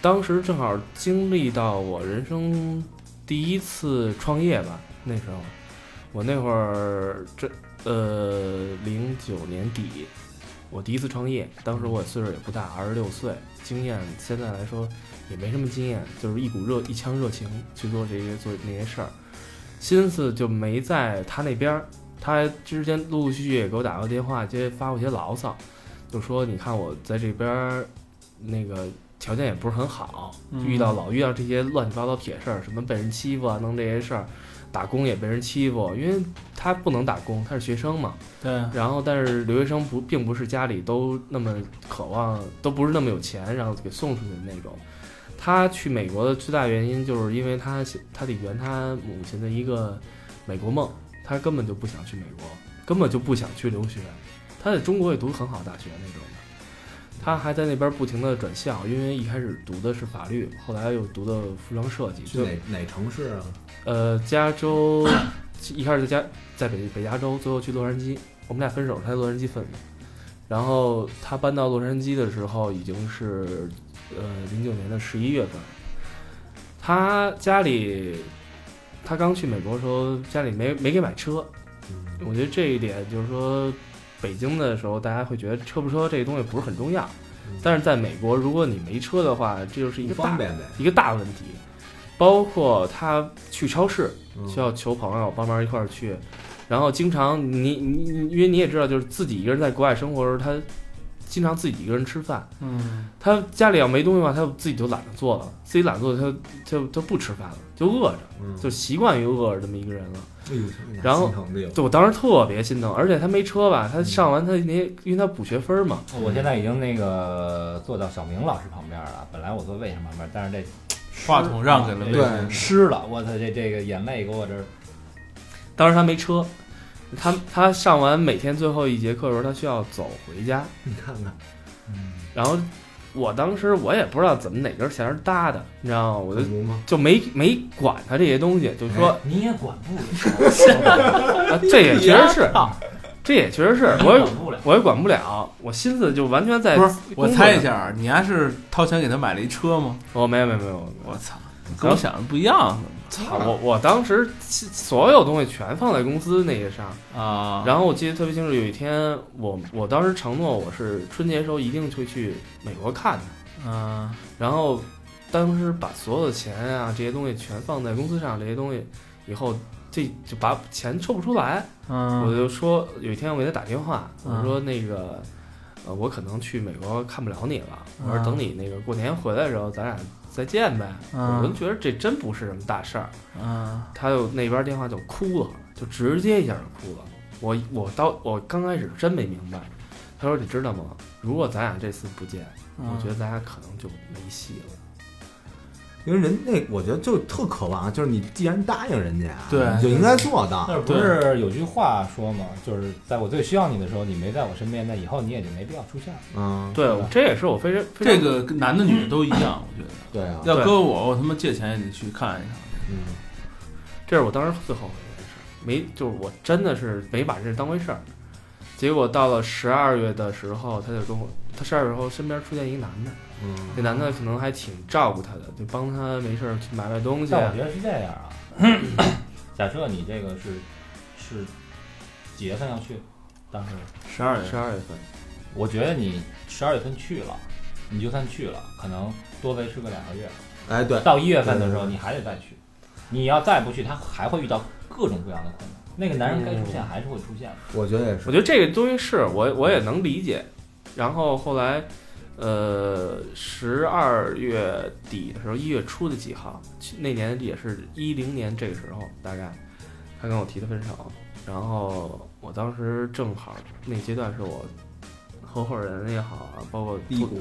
当时正好经历到我人生第一次创业吧，那时候我那会儿这呃零九年底，我第一次创业，当时我岁数也不大，二十六岁，经验现在来说也没什么经验，就是一股热一腔热情去做这些做那些事儿，心思就没在他那边儿。他之前陆陆续续也给我打过电话，接发过一些牢骚，就说你看我在这边儿那个条件也不是很好，嗯遇到老遇啊到这些乱七八糟撇事儿，什么被人欺负啊，弄这些事儿，打工也被人欺负，因为他不能打工，他是学生嘛。对，然后，但是留学生不并不是家里都那么渴望，都不是那么有钱，然后给送出去的那种。他去美国的最大原因就是因为他他得圆他母亲的一个美国梦，他根本就不想去美国，根本就不想去留学。他在中国也读很好大学那种的，他还在那边不停的转校，因为一开始读的是法律，后来又读的服装设计，去就哪哪城市啊？呃，加州一开始在加在北北加州，最后去洛杉矶。我们俩分手，他在洛杉矶分的。然后他搬到洛杉矶的时候已经是呃零九年的十一月份。他家里，他刚去美国的时候，家里没没给买车。嗯我觉得这一点就是说，北京的时候大家会觉得车不车这个东西不是很重要，但是在美国，如果你没车的话，这就是一不个方大便呗，一个大问题。包括他去超市，嗯需要求朋友帮忙一块儿去，然后经常你你你因为你也知道，就是自己一个人在国外生活的时候，他经常自己一个人吃饭，嗯，他家里要没东西的话，他自己就懒得做了，自己懒得做他就就不吃饭了，就饿着，嗯就习惯于饿着这么一个人了。哎呦然后心疼的有，对我当时特别心疼，而且他没车吧，他上完他那些，因为他补学分嘛，我现在已经那个坐到小明老师旁边了，本来我坐魏先生旁边，但是这啊话筒让给了魏对先生湿了，我操，这这个眼泪给我这儿当时他没车，他他上完每天最后一节课的时候，他需要走回家，你看看，然后我当时我也不知道怎么哪根弦儿搭的，你知道吗？我就可不吗？就没没管他这些东西，就说、你也管不了，啊、这也确实是，这也确实是，我也管不了。我也管不了，我心思就完全在不是，我工作猜上一，下啊，你还是掏钱给他买了一车吗？我没有没有没有，我操，跟我想的不一样啊操我我当时所有东西全放在公司那些上，啊。然后我记得特别清楚，有一天我我当时承诺我是春节时候一定会去美国看他，嗯，然后当时把所有的钱啊这些东西全放在公司上，这些东西以后这就把钱抽不出来，我嗯，就说有一天我给他打电话，我嗯说那个，呃，我可能去美国看不了你了，我说嗯等你那个过年回来的时候，咱俩再见呗。嗯我就觉得这真不是什么大事儿，嗯，他就那边电话就哭了，就直接一下就哭了。我我到我刚开始真没明白，他说你知道吗？如果咱俩这次不见，嗯我觉得咱俩可能就没戏了。因为人那我觉得就特渴望，啊就是你既然答应人家，啊对你就应该做到。但是不是有句话说嘛，就是在我最需要你的时候，你没在我身边，那以后你也就没必要出现了。嗯，对，这也是我非常非常这个跟男的女的都一样，我觉得。对啊，要搁我，我他妈借钱也得去看一看。嗯，这是我当时最后悔的事，没就是我真的是没把这当回事儿。结果到了十二月的时候，他就跟我，他十二月后身边出现一男的，那嗯，男的可能还挺照顾他的，就帮他没事儿去买买东西但我啊觉。得是这样 <coughs> 啊，假设你这个是是几月份要去，当时十二十月，二月份，我觉得你十二月份去了，你就算去了，可能多维持个两个月，哎，对，到一月份的时候你还得再去，你要再不去，他还会遇到各种各样的困难。那个男人该出嗯现还是会出现的，我觉得也是我，觉得这个东西是我我也能理解。然后后来，呃，十二月底的时候，一月初的几号，去那年也是一零年这个时候，大概他跟我提的分手。然后我当时正好那阶段是我合伙人也好啊，包括低出谷，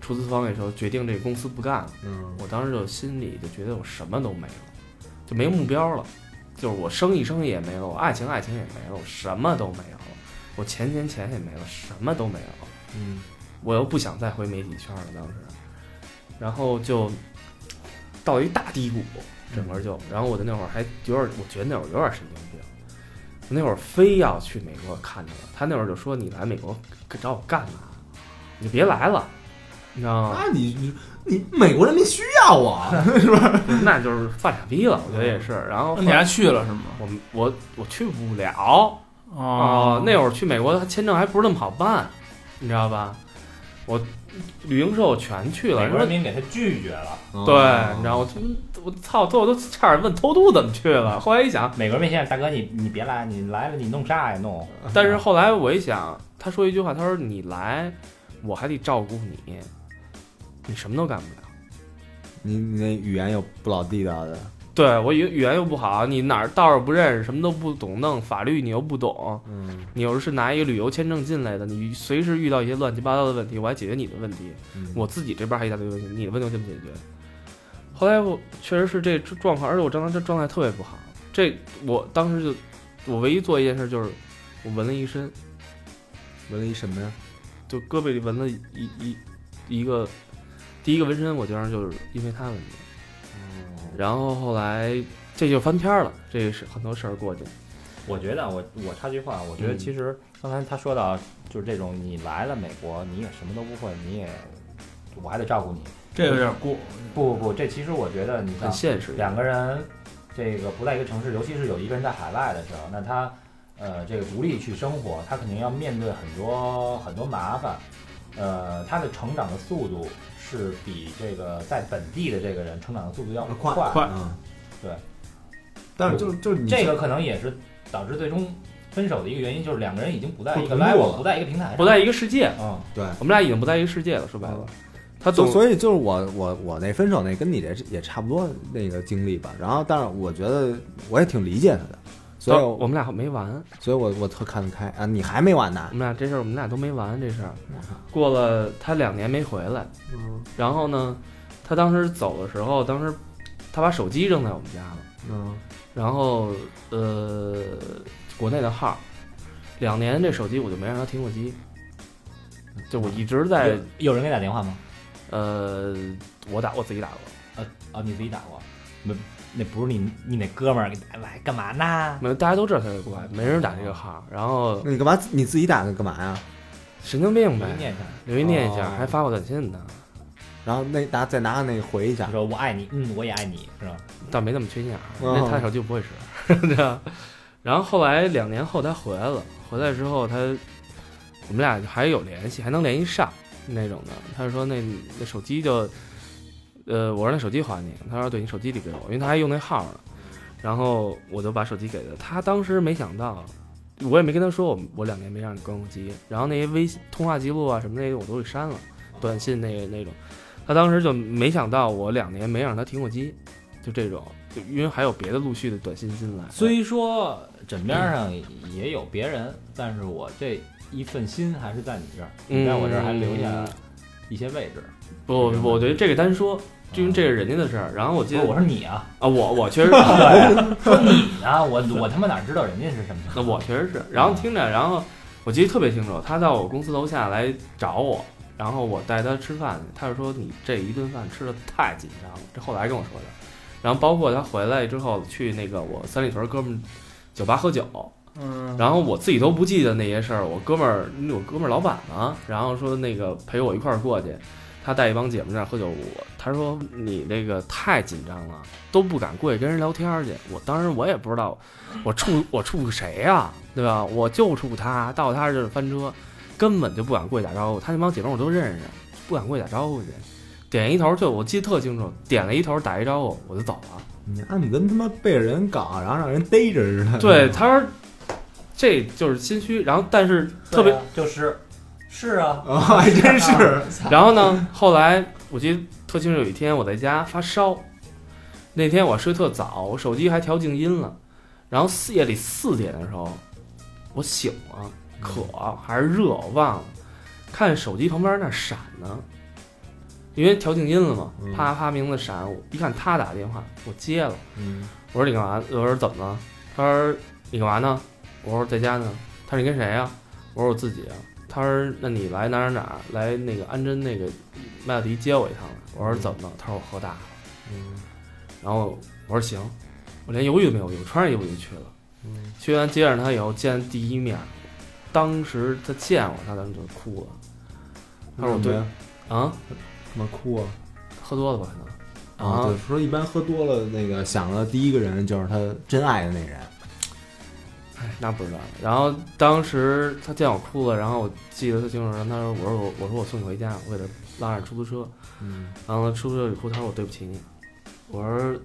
出资方也时候决定这个公司不干了。嗯，我当时就心里就觉得我什么都没了，就没有目标了，就是我生意生意也没了，我爱情爱情也没了，我什么都没有了，我钱钱钱也没了，什么都没有了。嗯，我又不想再回媒体圈了，当时，然后就到了一大低谷，整个就，然后我的那会儿还有点，我觉得那会儿有点神经病，我那会儿非要去美国看他了，他那会儿就说你来美国找我干嘛？你就别来了，你知道吗？那啊你你你美国人民需要啊我，那就是犯傻逼了，我觉得也是。然后那你还去了是吗？我我我去不了啊、哦，那会儿去美国，签证还不是那么好办，你知道吧？我旅行社我全去了，美国人说民给他拒绝了。 <laughs> 哦对，你知道我真我操，最后都差点问偷渡怎么去了。后来一想，美国人民现在大哥你你别来，你来了你弄啥呀弄？但是后来我一想，他说一句话，他说你来，我还得照顾你，你什么都干不了。你你那语言又不老地道的，对我语语言又不好，你哪儿道儿不认识，什么都不懂弄，法律你又不懂，嗯你要是拿一个旅游签证进来的，你随时遇到一些乱七八糟的问题，我还解决你的问题，嗯我自己这边还一大堆问题，你的问题我怎么解决？后来我确实是这状况，而且我当时这状态特别不好，这我当时就我唯一做一件事就是我纹了一身，纹了一什么呀？就胳膊里纹了一一一一个第一个纹身，我当时就是因为他纹的。然后后来这就翻篇儿了，这个是很多事儿过去了，我觉得我我插句话，我觉得其实刚才他说到就是这种，你来了美国，你也什么都不会，你也我还得照顾你，这有点过。不不不，这其实我觉得你很像现实。啊两个人这个不在一个城市，尤其是有一个人在海外的时候，那他呃这个独立去生活，他肯定要面对很多很多麻烦，呃，他的成长的速度是比这个在本地的这个人成长的速度要快快啊快嗯，对。但是就就你这个可能也是导致最终分手的一个原因，就是两个人已经不在不一个同步 level，了不在一个平台上，不在一个世界，嗯，我们俩已经不在一个世界了。说白了，他就总所以就是我我我那分手那跟你这也差不多那个经历吧，然后但是我觉得我也挺理解他的，所以等我们俩没完，所以我我特看得开啊，你还没完呢我，们俩这事儿我们俩都没完这事儿我靠。过了他两年没回来，嗯然后呢，他当时走的时候，当时他把手机扔在我们家了，嗯，然后呃，国内的号儿，两年这手机我就没让他停过机，就我一直在有有人给你打电话吗？呃，我打我自己打过，呃，哦，你自己打过？没，那不是你你那哥们儿给打，哎，干嘛呢？没有大家都知道他是国外，没人打这个号儿，然后那你干嘛你自己打的干嘛呀？神经病留呗一，念想，留一念想，哦还发过短信呢，然后那拿再拿那个回一下他，说我爱你，嗯，我也爱你，是吧？倒没那么缺心眼儿，哦那他手机我不会使， <laughs> 知道。然后后来两年后他回来了，回来之后他，我们俩还有联系，还能联系上那种的。他就说那那手机就，呃，我说那手机还你，他说对你手机得给我，因为他还用那号呢。然后我就把手机给了他，当时没想到，我也没跟他说我我两年没让你关过机，然后那些微信通话记录啊什么那些我都给删了，短信那个那种，他当时就没想到我两年没让他停过机。就这种，就因为还有别的陆续的短信进来，虽说枕边上也有别人，但是我这一份心还是在你这儿，嗯你在我这儿还留下一些位置。不，我我觉得这个单说，就因为这是人家的事儿。然后我不记是得我说你啊，啊，我我确实，？说你啊，我我他妈哪知道人家是什么那我确实是。然后听着，然后我记得特别清楚，他到我公司楼下来找我，然后我带他吃饭去，他就说你这一顿饭吃的太紧张了，这后来跟我说的。然后包括他回来之后去那个我三里屯哥们儿酒吧喝酒，嗯，然后我自己都不记得那些事儿，我哥们儿，我哥们儿老板啊，然后说那个陪我一块儿过去，他带一帮姐们儿那儿喝酒，我他说你那个太紧张了，都不敢过去跟人聊天儿去。我当时我也不知道，我处我处谁呀、对吧？我就处他，到他这儿翻车，根本就不敢过去打招呼。他那帮姐们儿我都认识，不敢过去打招呼去。点一头就我记得特清楚，点了一头打一招呼我就走了。你按你跟他妈被人搞，然后让人逮着似的，<laughs> 对，他说这就是心虚，然后但是特对别啊就是是啊，啊，还真是，然后呢，后来我记得特清楚，有一天我在家发烧，那天我睡特早，我手机还调静音了，然后四夜里四点的时候，我醒了，渴还是热我忘了，看手机旁边那闪呢，因为调静音了嘛，啪啪名字闪，我一看他打电话，我接了，嗯，我说你干嘛？我说怎么了？他说你干嘛呢？我说在家呢。他说你跟谁呀、我说我自己啊。他说那你来哪儿哪儿哪儿来那个安贞那个麦乐迪接我一趟。我说怎么了？他说我喝大了。嗯然后我说行，我连犹豫都没有犹豫，穿上衣服就去了。嗯去完接上他以后见第一面，当时他见我，他当时就哭了他说我对，啊，他妈哭啊。喝多了吧可能。啊，啊对，说一般喝多了，那个想的第一个人就是他真爱的那人。哎，那不知道。然后当时他见我哭了，然后我记得特清楚，然后他说：“我说我我说我送你回家，我给他拉上出租车。”嗯，然后出租车里哭，他说：“我对不起你。”我说，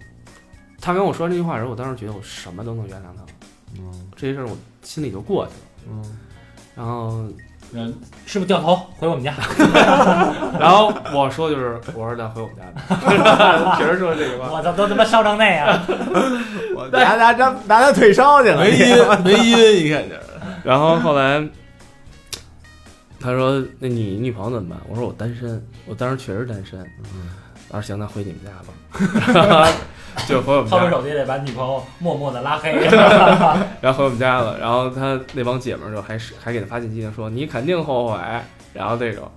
他跟我说这句话的时候，我当时觉得我什么都能原谅他了，嗯这些事儿我心里就过去了。嗯，然后，嗯，是不是掉头回我们家？然后我说就是，我说那回我们家吧， <laughs> 确实说这句 <laughs> 话。我操，都他妈烧成那样了，我拿拿拿拿他腿烧去了，没音没音，一看就是。然后后来他说：“那你女朋友怎么办？”我说：“我单身，我当时确实单身。”他说：“行，那回你们家吧。”就回我们掏出家，手机得把女朋友默默的拉黑。 <laughs> 然后回我们家了。然后他那帮姐们儿就还是还给他发信息呢说：“你肯定后悔。”然后那种，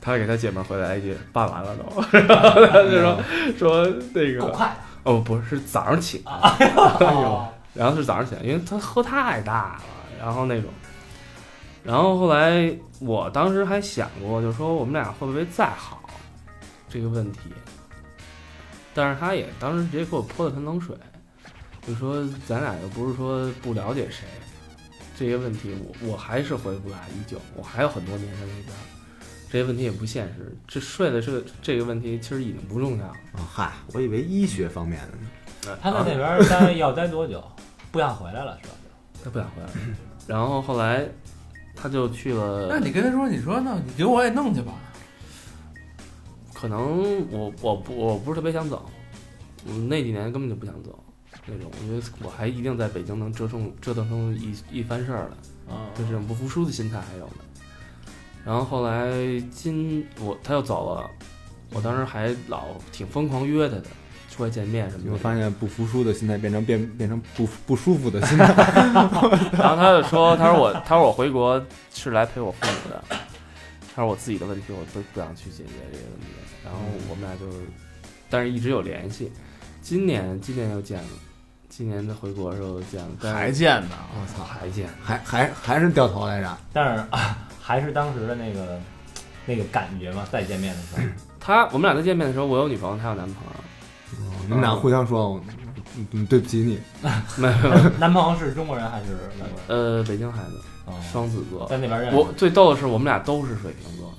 他给他姐们儿回来一句：“办完了都。”然后他就说说那够个快哦，不是是早上起来。哦啊！然后是早上起来，因为他喝太大了，然后那种，然后后来我当时还想过，就说我们俩会不会再好？这个问题，但是他也当时直接给我泼了盆冷水，就说咱俩又不是说不了解谁，这些问题我我还是回不来依旧，我还有很多年在那边，这些问题也不现实，这睡的这个这个问题其实已经不重要了。哦嗨，我以为医学方面的呢。他在那边待要待多久？不想回来了是吧？他不想回来了。然后后来他就去那了，你跟他说，你说那你给我也弄去吧。可能我我不我不是特别想走，我那几年根本就不想走那种，因为我还一定在北京能折腾折腾出一一番事儿来，啊就这种不服输的心态还有呢。然后后来今我他又走了，我当时还老挺疯狂约他的，出来见面什你么会的。发现不服输的心态变成变变成不不舒服的心态， <laughs> 然后他就说：“他说我，他说我回国是来陪我父母的，他说我自己的问题我不不想去解决这个问题。”然后我们俩就是，但是一直有联系。今年今年又见了，今年他回国的时候又见了，但还是见呢，我操，还见。 <laughs> 还还还是掉头来着。但是啊，还是当时的那个那个感觉嘛，再见面的时候，他我们俩在见面的时候，我有女朋友，他有男朋友，你们俩互相说，嗯嗯，对不起你，没有没有，男朋友是中国人还是外国人？呃，北京孩子，哦双子座。在那边认识 <laughs> 我最逗的是，我们俩都是水瓶座，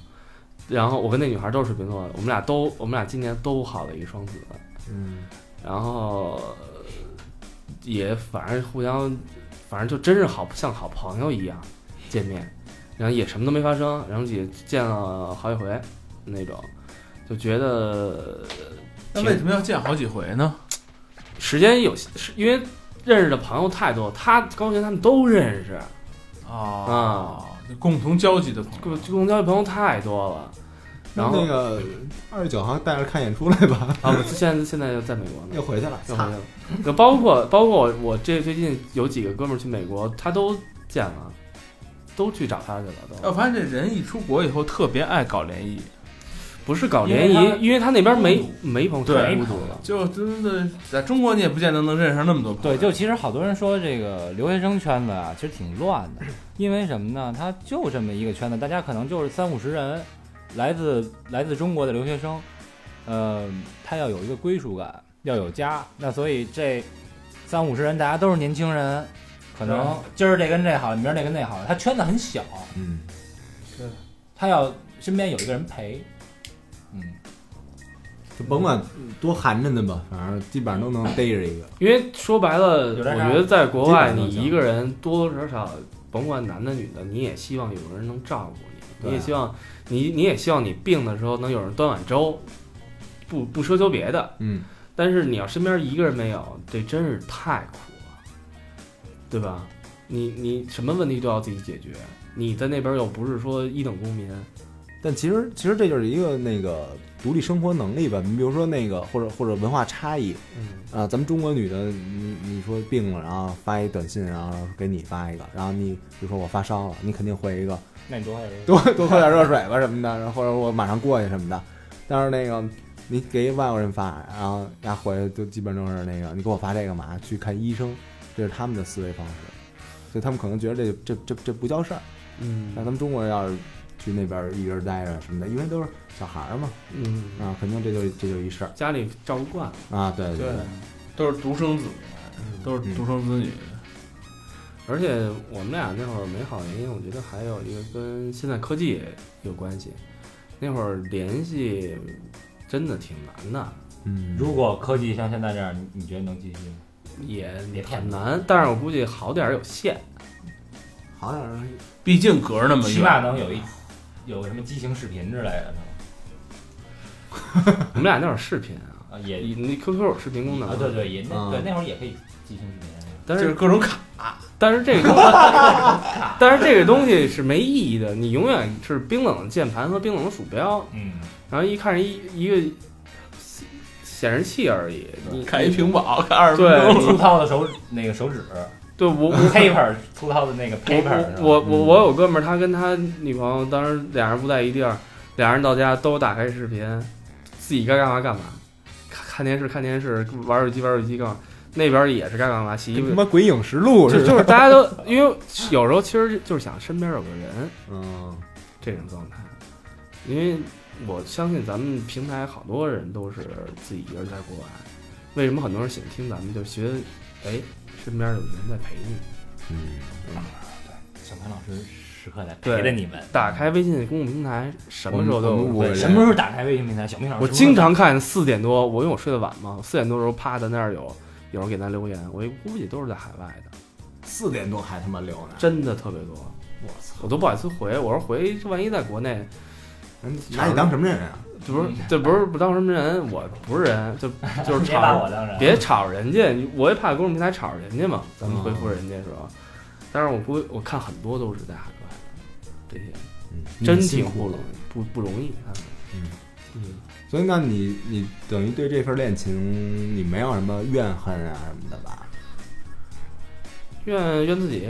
然后我跟那女孩都是水瓶座的，我们俩都我们俩今年都好了一双子。嗯，然后呃也反正互相，反正就真是好像好朋友一样见面，然后也什么都没发生，然后也见了好几回那种，就觉得那为什么要见好几回呢？时间有限，是因为认识的朋友太多，他高璇他们都认识，啊，就共同交集的朋友共，共交的朋友太多了。然然后后那个二十九号带着看演出来吧，啊，我现在现在就在美国 <laughs> 呢又，回去了，又回操 <laughs> 去了。就包括包括我我这最近有几个哥们儿去美国，他都见了，都去找他去了，都。我发现这人一出国以后特别爱搞联谊，不是搞联因为他谊，因为他那边没没朋友，对太孤独了。就真的在中国你也不见得能认识上那么多朋对，友。就其实好多人说这个留学生圈子啊，其实挺乱 <clears throat> 的，因为什么呢？它就这么一个圈子，大家可能就是三五十人，来自来自中国的留学生，呃，他要有一个归属感，要有家，那所以这三五十人大家都是年轻人，可能今儿这跟这好，明儿这跟那好，他圈子很小，嗯，他要身边有一个人陪，嗯，就甭管多寒碜的吧，反正基本上都能逮着一个。因为说白了，有我点啥觉得在国外，基本上都你行一个人多多少少，甭管男的女的，你也希望有个人能照顾你，对啊你也希望你你也希望你病的时候能有人端碗粥，不不奢求别的。嗯，但是你要身边一个人没有，这真是太苦了，对吧？你你什么问题都要自己解决，你在那边又不是说一等公民，但其实其实这就是一个那个独立生活能力吧，你比如说那个或者或者文化差异嗯，啊、咱们中国女的，你你说病了，然后发一短信，然后给你发一个，然后你比如说我发烧了，你肯定回一个那你多会多多喝点热水吧什么的，然后或者我马上过去什么的。但是那个你给外国人发，然后他回来就基本都是那个你给我发这个嘛，去看医生，这是他们的思维方式，所以他们可能觉得这这这这不叫事儿。嗯那咱们中国人要是去那边一个人待着什么的，因为都是小孩儿嘛，嗯，啊，肯定这就这就一事儿家里照顾惯了。啊，对对，都是独生子，都是独生子女。而且我们俩那会儿美好的原因，我觉得还有一个跟现在科技也有关系。那会儿联系真的挺难的，嗯，如果科技像现在这样，你你觉得能继续吗？也也挺难。但是我估计好点儿有限，好点儿毕竟隔嗯着那么起码远，能有一有什么激情视频之类的，是我们俩那会儿视频啊，吧？啊，也你你 QQ 有视频功能啊，对，对，也那嗯对那会儿也可以激情视频。啊但就是是各种卡。但是这个但是这个东西是没意义的，你永远是冰冷的键盘和冰冷的鼠标，嗯，然后一看一一个显示器而已。你看一屏保，看二十分对钟。粗糙的手那个手指对我我，paper 粗糙的那个 paper 是吧。我我我我有哥们儿，他跟他女朋友当时俩人不在一地儿，俩人到家都打开视频，自己该干嘛干嘛，看看电视看电视，玩手机玩手机干嘛。那边也是该干嘛洗衣跟他服，妈鬼影实录就似的，就是大家都因为有时候其实就是想身边有个人嗯，这种状态，因为我相信咱们平台好多人都是自己一个人在国外，为什么很多人喜欢听咱们？就学，哎，身边有人在陪你。小潘老师时刻在陪着你们。打开微信公众平台，什么时候都我们我们有人对陪什么时候打开微信平台？小明老师，我经 <laughs> 常看四点多，我因为我睡得晚嘛，四点多的时候啪在那儿有有人给咱留言，我一估计都是在海外的，四点多还他妈留呢，真的特别多，我操！我都不好意思回。我说回，万一在国内，嗯拿你当什么人啊？这不是这不是不当什么人，我不是 <laughs> 人，就就是别把吵我，当人，别吵人家，我也怕公众平台吵人家嘛，咱嗯们回复人家的时候。但是我估我看很多都是在海外的，这些真挺不容易，不不容易。啊嗯嗯，所以那你你等于对这份恋情你没有什么怨恨啊什么的吧？怨怨自己，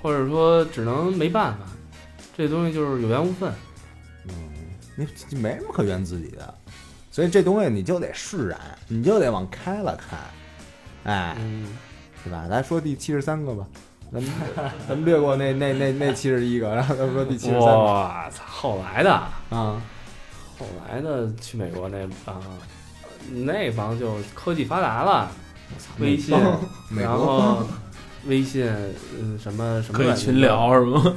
或者说只能没办法，这东西就是有缘无分。嗯，你你没什么可怨自己的，所以这东西你就得释然，你就得往开了看，哎，嗯，对吧？咱说第七十三个吧，咱们咱们略过那那那那七十一个，然后咱们说第七十三个哇操，后来的，啊，后来的去美国那啊，那帮就科技发达了，微信，啊美然国啊后微信，嗯，什么什么可以软件群，聊是吗？ <laughs>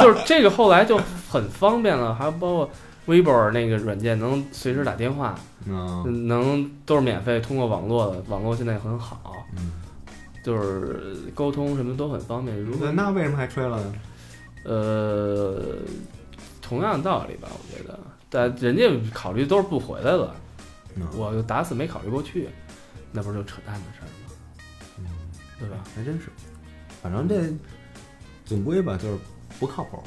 就是这个后来就很方便了，还有包括。微博那个软件能随时打电话，嗯能都是免费，通过网络的，网络现在也很好。嗯，就是沟通什么都很方便。如果那那为什么还吹了呢？呃，同样道理吧，我觉得，但人家考虑都是不回来了，嗯我打死没考虑过去，那不是就扯淡的事儿吗？嗯对吧？还真是，反正这总归吧，就是不靠谱。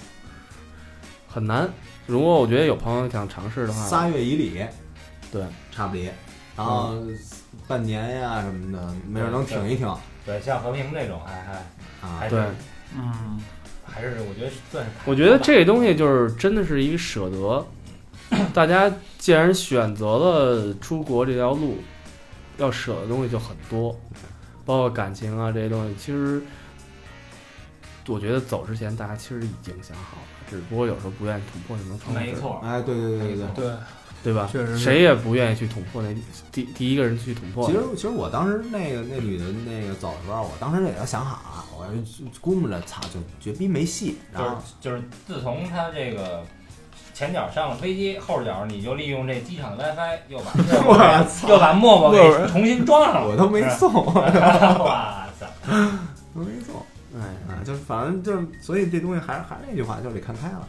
很难。如果我觉得有朋友想尝试的话，仨月以里，对，差不离，然后半年呀、什么的，没准能挺一啊挺对，像和平这种，还还啊还。对，嗯，还是我觉得算是。我觉得这东西就是真的是一个舍 <coughs> 得。大家既然选择了出国这条路，要舍的东西就很多，包括感情啊这些东西。其实，我觉得走之前大家其实已经想好了，只不过有时候不愿意突破那层窗户没纸，错，哎，对对对对对。对，对吧？确实是谁也不愿意去捅破那第第一个人去捅破。其实，其实我当时那个那女的那个走的时候，我当时也要想好了，我就估摸着，操，就绝逼没戏。然就是后，就是自从他这个前脚上了飞机，后脚你就利用这机场的 WiFi <laughs> 又把我操又把陌陌给重新装上了，我都没是吧。送，我 <laughs> 哇塞！都没送哎，啊！就是反正就是，所以这东西还是还是那句话，就是得看开了。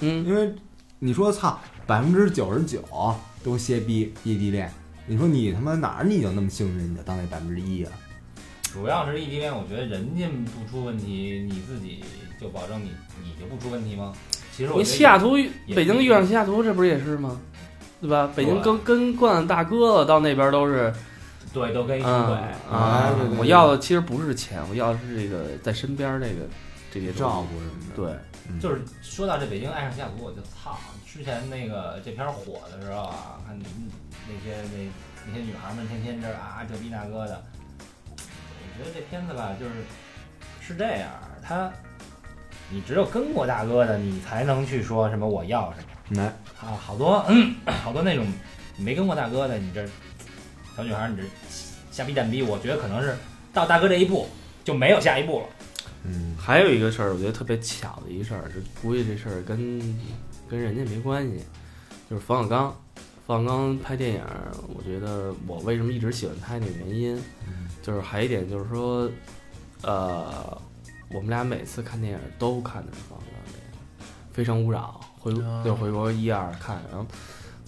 嗯，因为你说操，百分之九十九都歇逼异地恋，你说你他妈哪儿你就那么幸运，你就当那百分之一啊？主要是异地恋，我觉得人家不出问题，你自己就保证你你就不出问题吗？其实我你觉得西雅图遇、也北京遇上西雅图，这不是也是吗？对吧？北京跟跟惯大哥了，到那边都是。对都跟一啊对，哎啊对对！对我要的其实不是钱，我要的是这个在身边这个这些东西照。顾什么的。对，嗯就是说到这北京爱上西雅图，我就操！之前那个这片儿火的时候啊，看那些那那些女孩们天天这儿啊这逼那哥的，我觉得这片子吧，就是是这样，他你只有跟过大哥的，你才能去说什么我要什么。来，啊，好多 <clears throat> 嗯，好多那种没跟过大哥的，你这小女孩儿，你这瞎逼蛋逼，我觉得可能是到大哥这一步就没有下一步了。嗯，还有一个事儿，我觉得特别巧的一事儿，是估计这事儿跟跟人家没关系，就是冯小刚。冯小刚拍电影儿，我觉得我为什么一直喜欢他那个原因，就是还一点就是说，呃，我们俩每次看电影儿都看的是冯小刚电影，《非诚勿扰》回啊就回国一二看，然后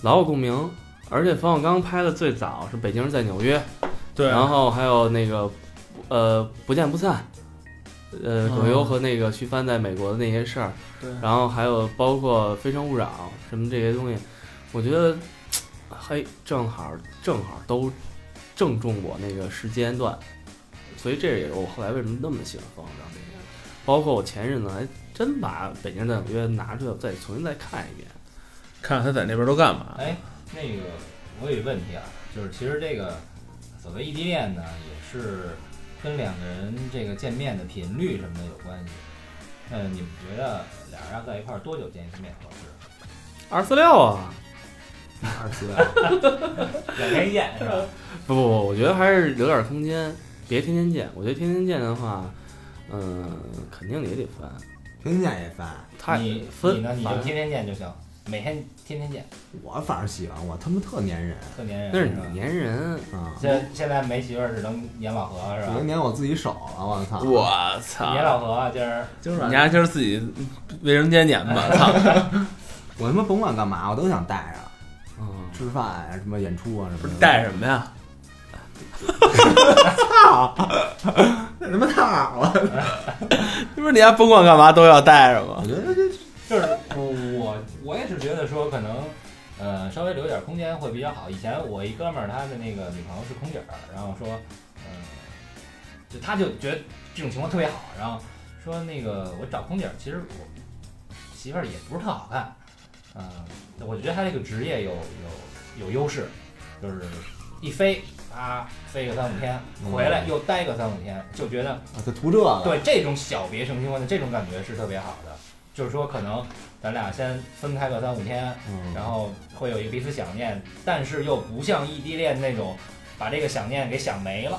老有共鸣。而且冯小刚拍的最早是《北京人在纽约》， <laughs> 对啊然后还有那个，呃，不见不散，呃，葛优和那个徐帆在美国的那些事儿，对然后还有包括《非诚勿扰》什么这些东西，我觉得，嘿，正好正好都正中我那个时间段，所以这也是我后来为什么那么喜欢冯小刚这个人，包括我前日呢还真把《北京在纽约》拿出来再重新再看一遍，看看他在那边都干嘛。哎，那个我有一个问题啊，就是其实这个所谓异地恋呢，也是跟两个人这个见面的频率呃什么的有关系。嗯，你们觉得俩人要在一块儿多久见一次面合适？二四六啊，二 <laughs> 四六，两天一夜是 <laughs> 吧？不不不，我觉得还是留点空间，别天天见。我觉得天天见的话，嗯，肯定也得分，天天也烦。太你你分呢？你就烦天天见就行，每天天天见，我反正喜欢，我他妈特粘人特粘人。那是吧你粘人。啊！现现在没媳妇儿只能粘老何是吧我？粘我自己手了，啊我操！我粘操！老何就是就是你丫今儿自己卫生间撵吧，操！我他妈甭管干嘛，我都想带上，嗯，吃饭呀、什么演出啊什不么的。是 <laughs> 带什么呀？那他妈太好了！不是你丫甭管干嘛都要带上吗我？觉得这就是我我也是觉得说可能。呃，稍微留点空间会比较好。以前我一哥们儿，他的那个女朋友是空姐儿，然后说，呃，就他就觉得这种情况特别好，然后说那个我找空姐儿，其实我媳妇儿也不是特好看，嗯、我觉得他这个职业有有有优势，就是一飞啊飞个三五天，回来又待个三五天，就觉得啊就图这个。对这种小别胜新婚的这种感觉是特别好的，就是说可能咱俩先分开个三五天，嗯，然后会有一个彼此想念，但是又不像异地恋那种把这个想念给想没了。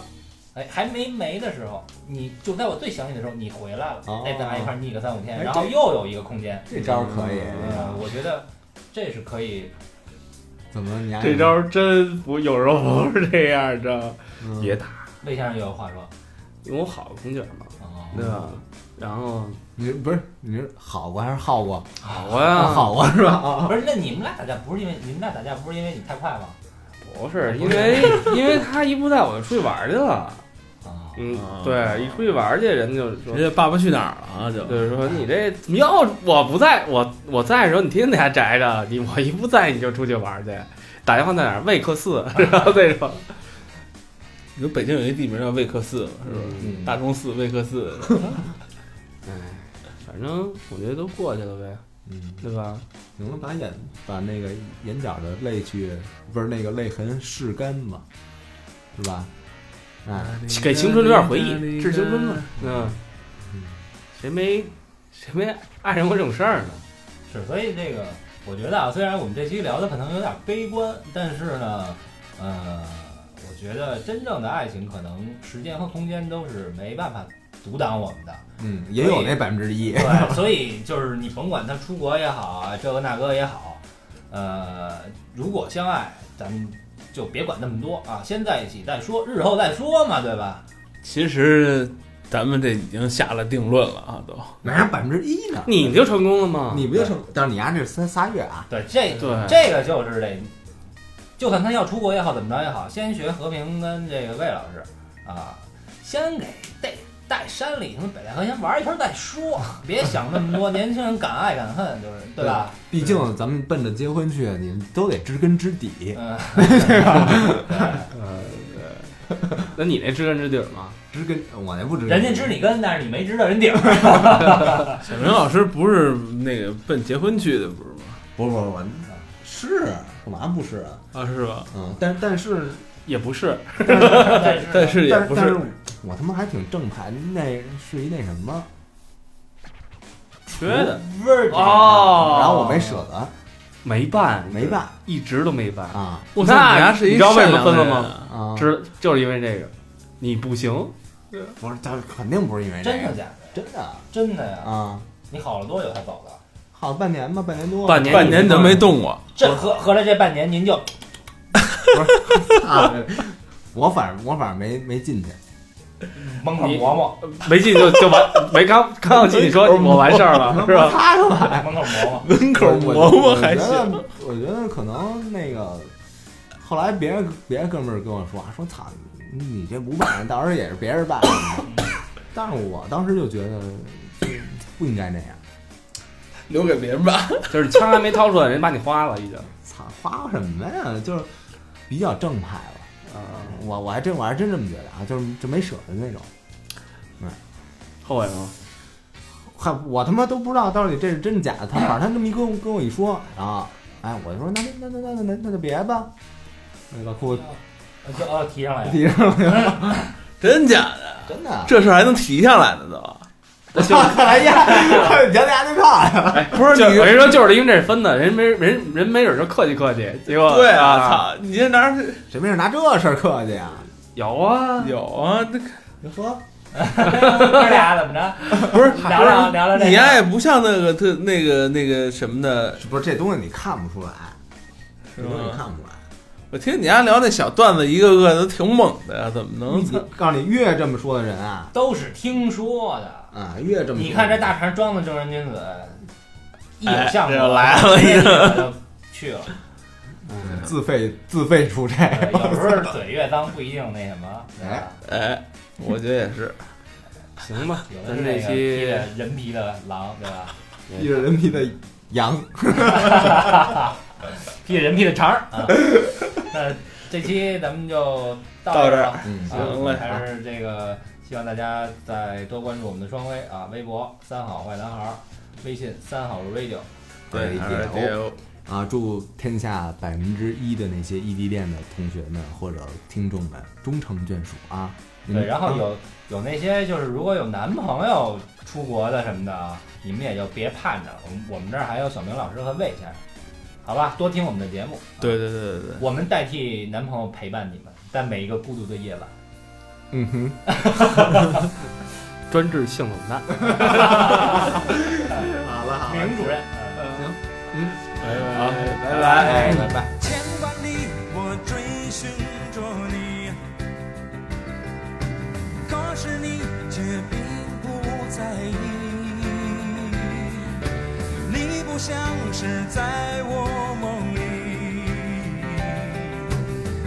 哎，还没没的时候，你就在我最想你的时候，你回来了，哦哎，咱俩一块儿腻个三五天，哎然后这又有一个空间。这招可以。啊嗯、我觉得这是可以，怎么你还这招真不，有时候不是这样，你知道吗？嗯别打，魏先生又有话说。因为我好空姐嘛，哦，嗯啊对吧？然后你不是你是好过还是好过？啊好呀，好过是吧？啊，不是，那你们俩打架不是因为你们俩打架不是因为你太快吗？不是因为因为他一不在我就出去玩儿去了，啊、嗯啊，对，一出去玩儿去，人家就说人。家爸爸去哪儿了啊？就就是说，你这你要是我不在我我在的时候，你天天在家宅着；你我一不在，你就出去玩儿去，打电话在哪儿？魏克四，<laughs> 啊然后那种，你说北京有一地名叫魏克寺嘛，是吧？嗯，大钟寺、魏克寺，哎，反正我觉得都过去了呗，嗯，对吧？能把眼把那个眼角的泪去不是那个泪痕拭干嘛，是吧？哎，给青春留点回忆，致青春嘛。嗯嗯，谁没谁没爱上过这种事儿呢？是，所以这个我觉得啊，虽然我们这期聊的可能有点悲观，但是呢，呃，我觉得真正的爱情可能时间和空间都是没办法阻挡我们的。嗯，也有那百分之一。对，所以就是你甭管他出国也好啊，这个那个也好，呃，如果相爱，咱们就别管那么多啊，先在一起再说，日后再说嘛，对吧？其实咱们这已经下了定论了啊，都。哪有百分之一呢？你就成功了吗？你不就成？但是你丫这三仨月啊，对，这对嗯这个就是得，就算他要出国也好，怎么着也好，先学和平跟这个魏老师啊，先给带带山里什么北戴河先玩一圈再 <laughs> 说，别想那么多。年轻人敢爱敢恨，就是对吧？毕竟咱们奔着结婚去，你都得知根知底。嗯，那你那知根知底儿吗？知根，我那不知根。人家知你根，但是你没知道人底 <laughs> 儿。小明老师不是那个奔结婚去的，不是吗？不是不是我，是干嘛不是啊？啊，是吧？嗯，但但是也不是，但是 <laughs> 但是也但不但是是，我他妈还挺正牌，那是一那什么，缺的 virgin 哦然后我没舍得，没办，没，办一直都没办。啊我操，那你丫是一你知道为什么分了吗善良的人啊？啊！知就是因为这个，你不行。不是，他肯定不是因为这真的个，假的？真的真的呀！啊，你好了多久才走的？好半年吧，半年多，半年半年你都没动过，这合合来这半年您就啊， <laughs> 我反正我反正没没进去，蒙口磨磨， <laughs> 没进就就完，没刚刚要进你说我完事儿了是吧？ <laughs> 他干嘛呀？蒙口磨磨。门 <laughs> 口我磨磨我还觉得行。我觉得可能那个，后来别人别人哥们儿跟我说啊，说操，你这不办，到时候也是别人办的。但是我当时就觉得嗯不应该那样，留给别人吧。就是枪还没掏出来，人把你花了已经。操，花什么呀？就是比较正派了。啊，我我还真我还真这么觉得啊，就是就没舍得那种，后悔吗？还我他妈都不知道到底这是真假的。他反正他这么一跟我跟我一说，然后哎，我就说那那那那那那那就别吧，那把裤子就哦 <laughs> 提上来了，提上来了，真假的？真的。啊这事儿还能提上来呢都？ <laughs> <laughs> 看来 <laughs> 呀，杨家那怕呀，哎，不是就你我跟你说，就是因为这分的，人没人人没准就客气客气，结果对啊，，操！你这哪儿谁没事拿这事儿客气呀？有啊，有啊？这您喝，哥俩怎么着？不是聊聊聊聊这个你呀也不像那个特那个那个什么的，不是这东西你看不出来，是这东西你吗？看不出来。我听你家聊那小段子，一个个都挺猛的呀，怎么能你告诉你，越这么说的人啊，都是听说的。啊，越这么说你看这大肠装的正人君子，一有哎项目这又来了了，去了。 <laughs> 嗯自费自费出差，呃有时候嘴越脏不一定那什么，对吧哎哎？我觉得也是，行吧，有的是咱这那个披期 <laughs> 着人皮的狼，对吧？ <laughs> 一人人民币的羊，披着人皮的肠 <laughs> 儿啊。那这期咱们就到到这儿儿了，嗯行啊嘞还是这个，希望大家再多关注我们的双微啊，微博三好坏男孩儿，微信三好 radio。哎对，还是得有啊，祝天下百分之一的那些异地恋的同学们或者听众们终成眷属啊！对，嗯然后有有那些就是如果有男朋友出国的什么的啊，你们也就别盼着了。我们我们这儿还有小明老师和魏先生，好吧，多听我们的节目。啊对对对对对。我们代替男朋友陪伴你们，在每一个孤独的夜晚。嗯哼，专治性冷 <laughs> 淡。好了好明主任，嗯好，拜哎拜。拜拜。千万里我追寻着你，可是你却并不在意，你不像是在我梦里，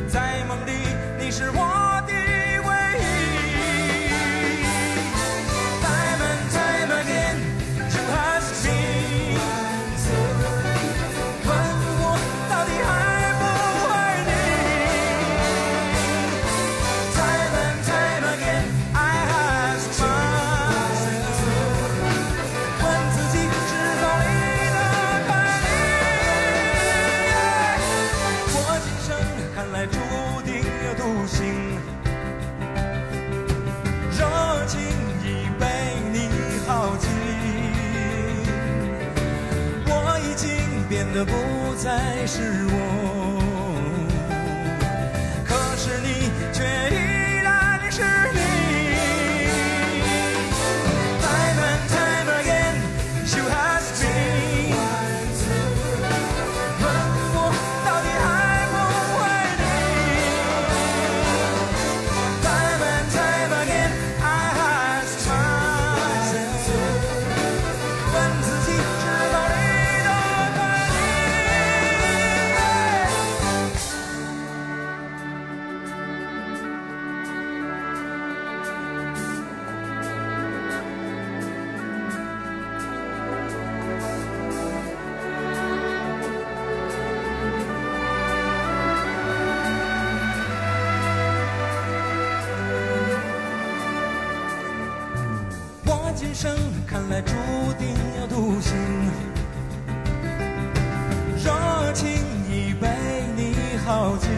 在梦里你是我的唯一。Time and time again, you have been. 问我到底爱不爱你？Time and time again, I have tried。问自己是否依然爱你？我今生看来注定要独行，热情已被你耗尽。我已经变得不再是我，可是你却依然是你。Time and time again, you have been。问我到底爱不爱你？Time and time again, I have tried。问自己知道你的爱你。我今生看来注定要独行，热情已被你耗尽，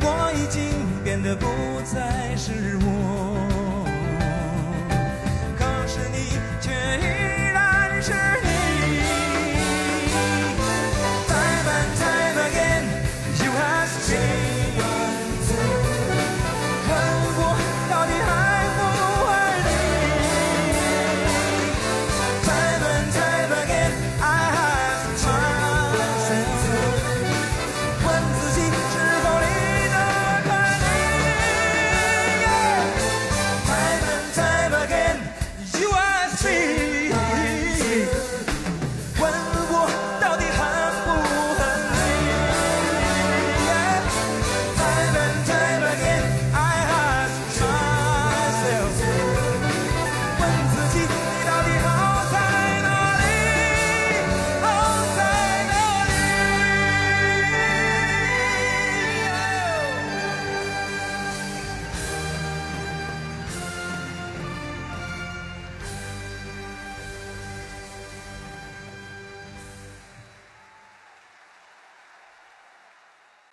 我已经变得不再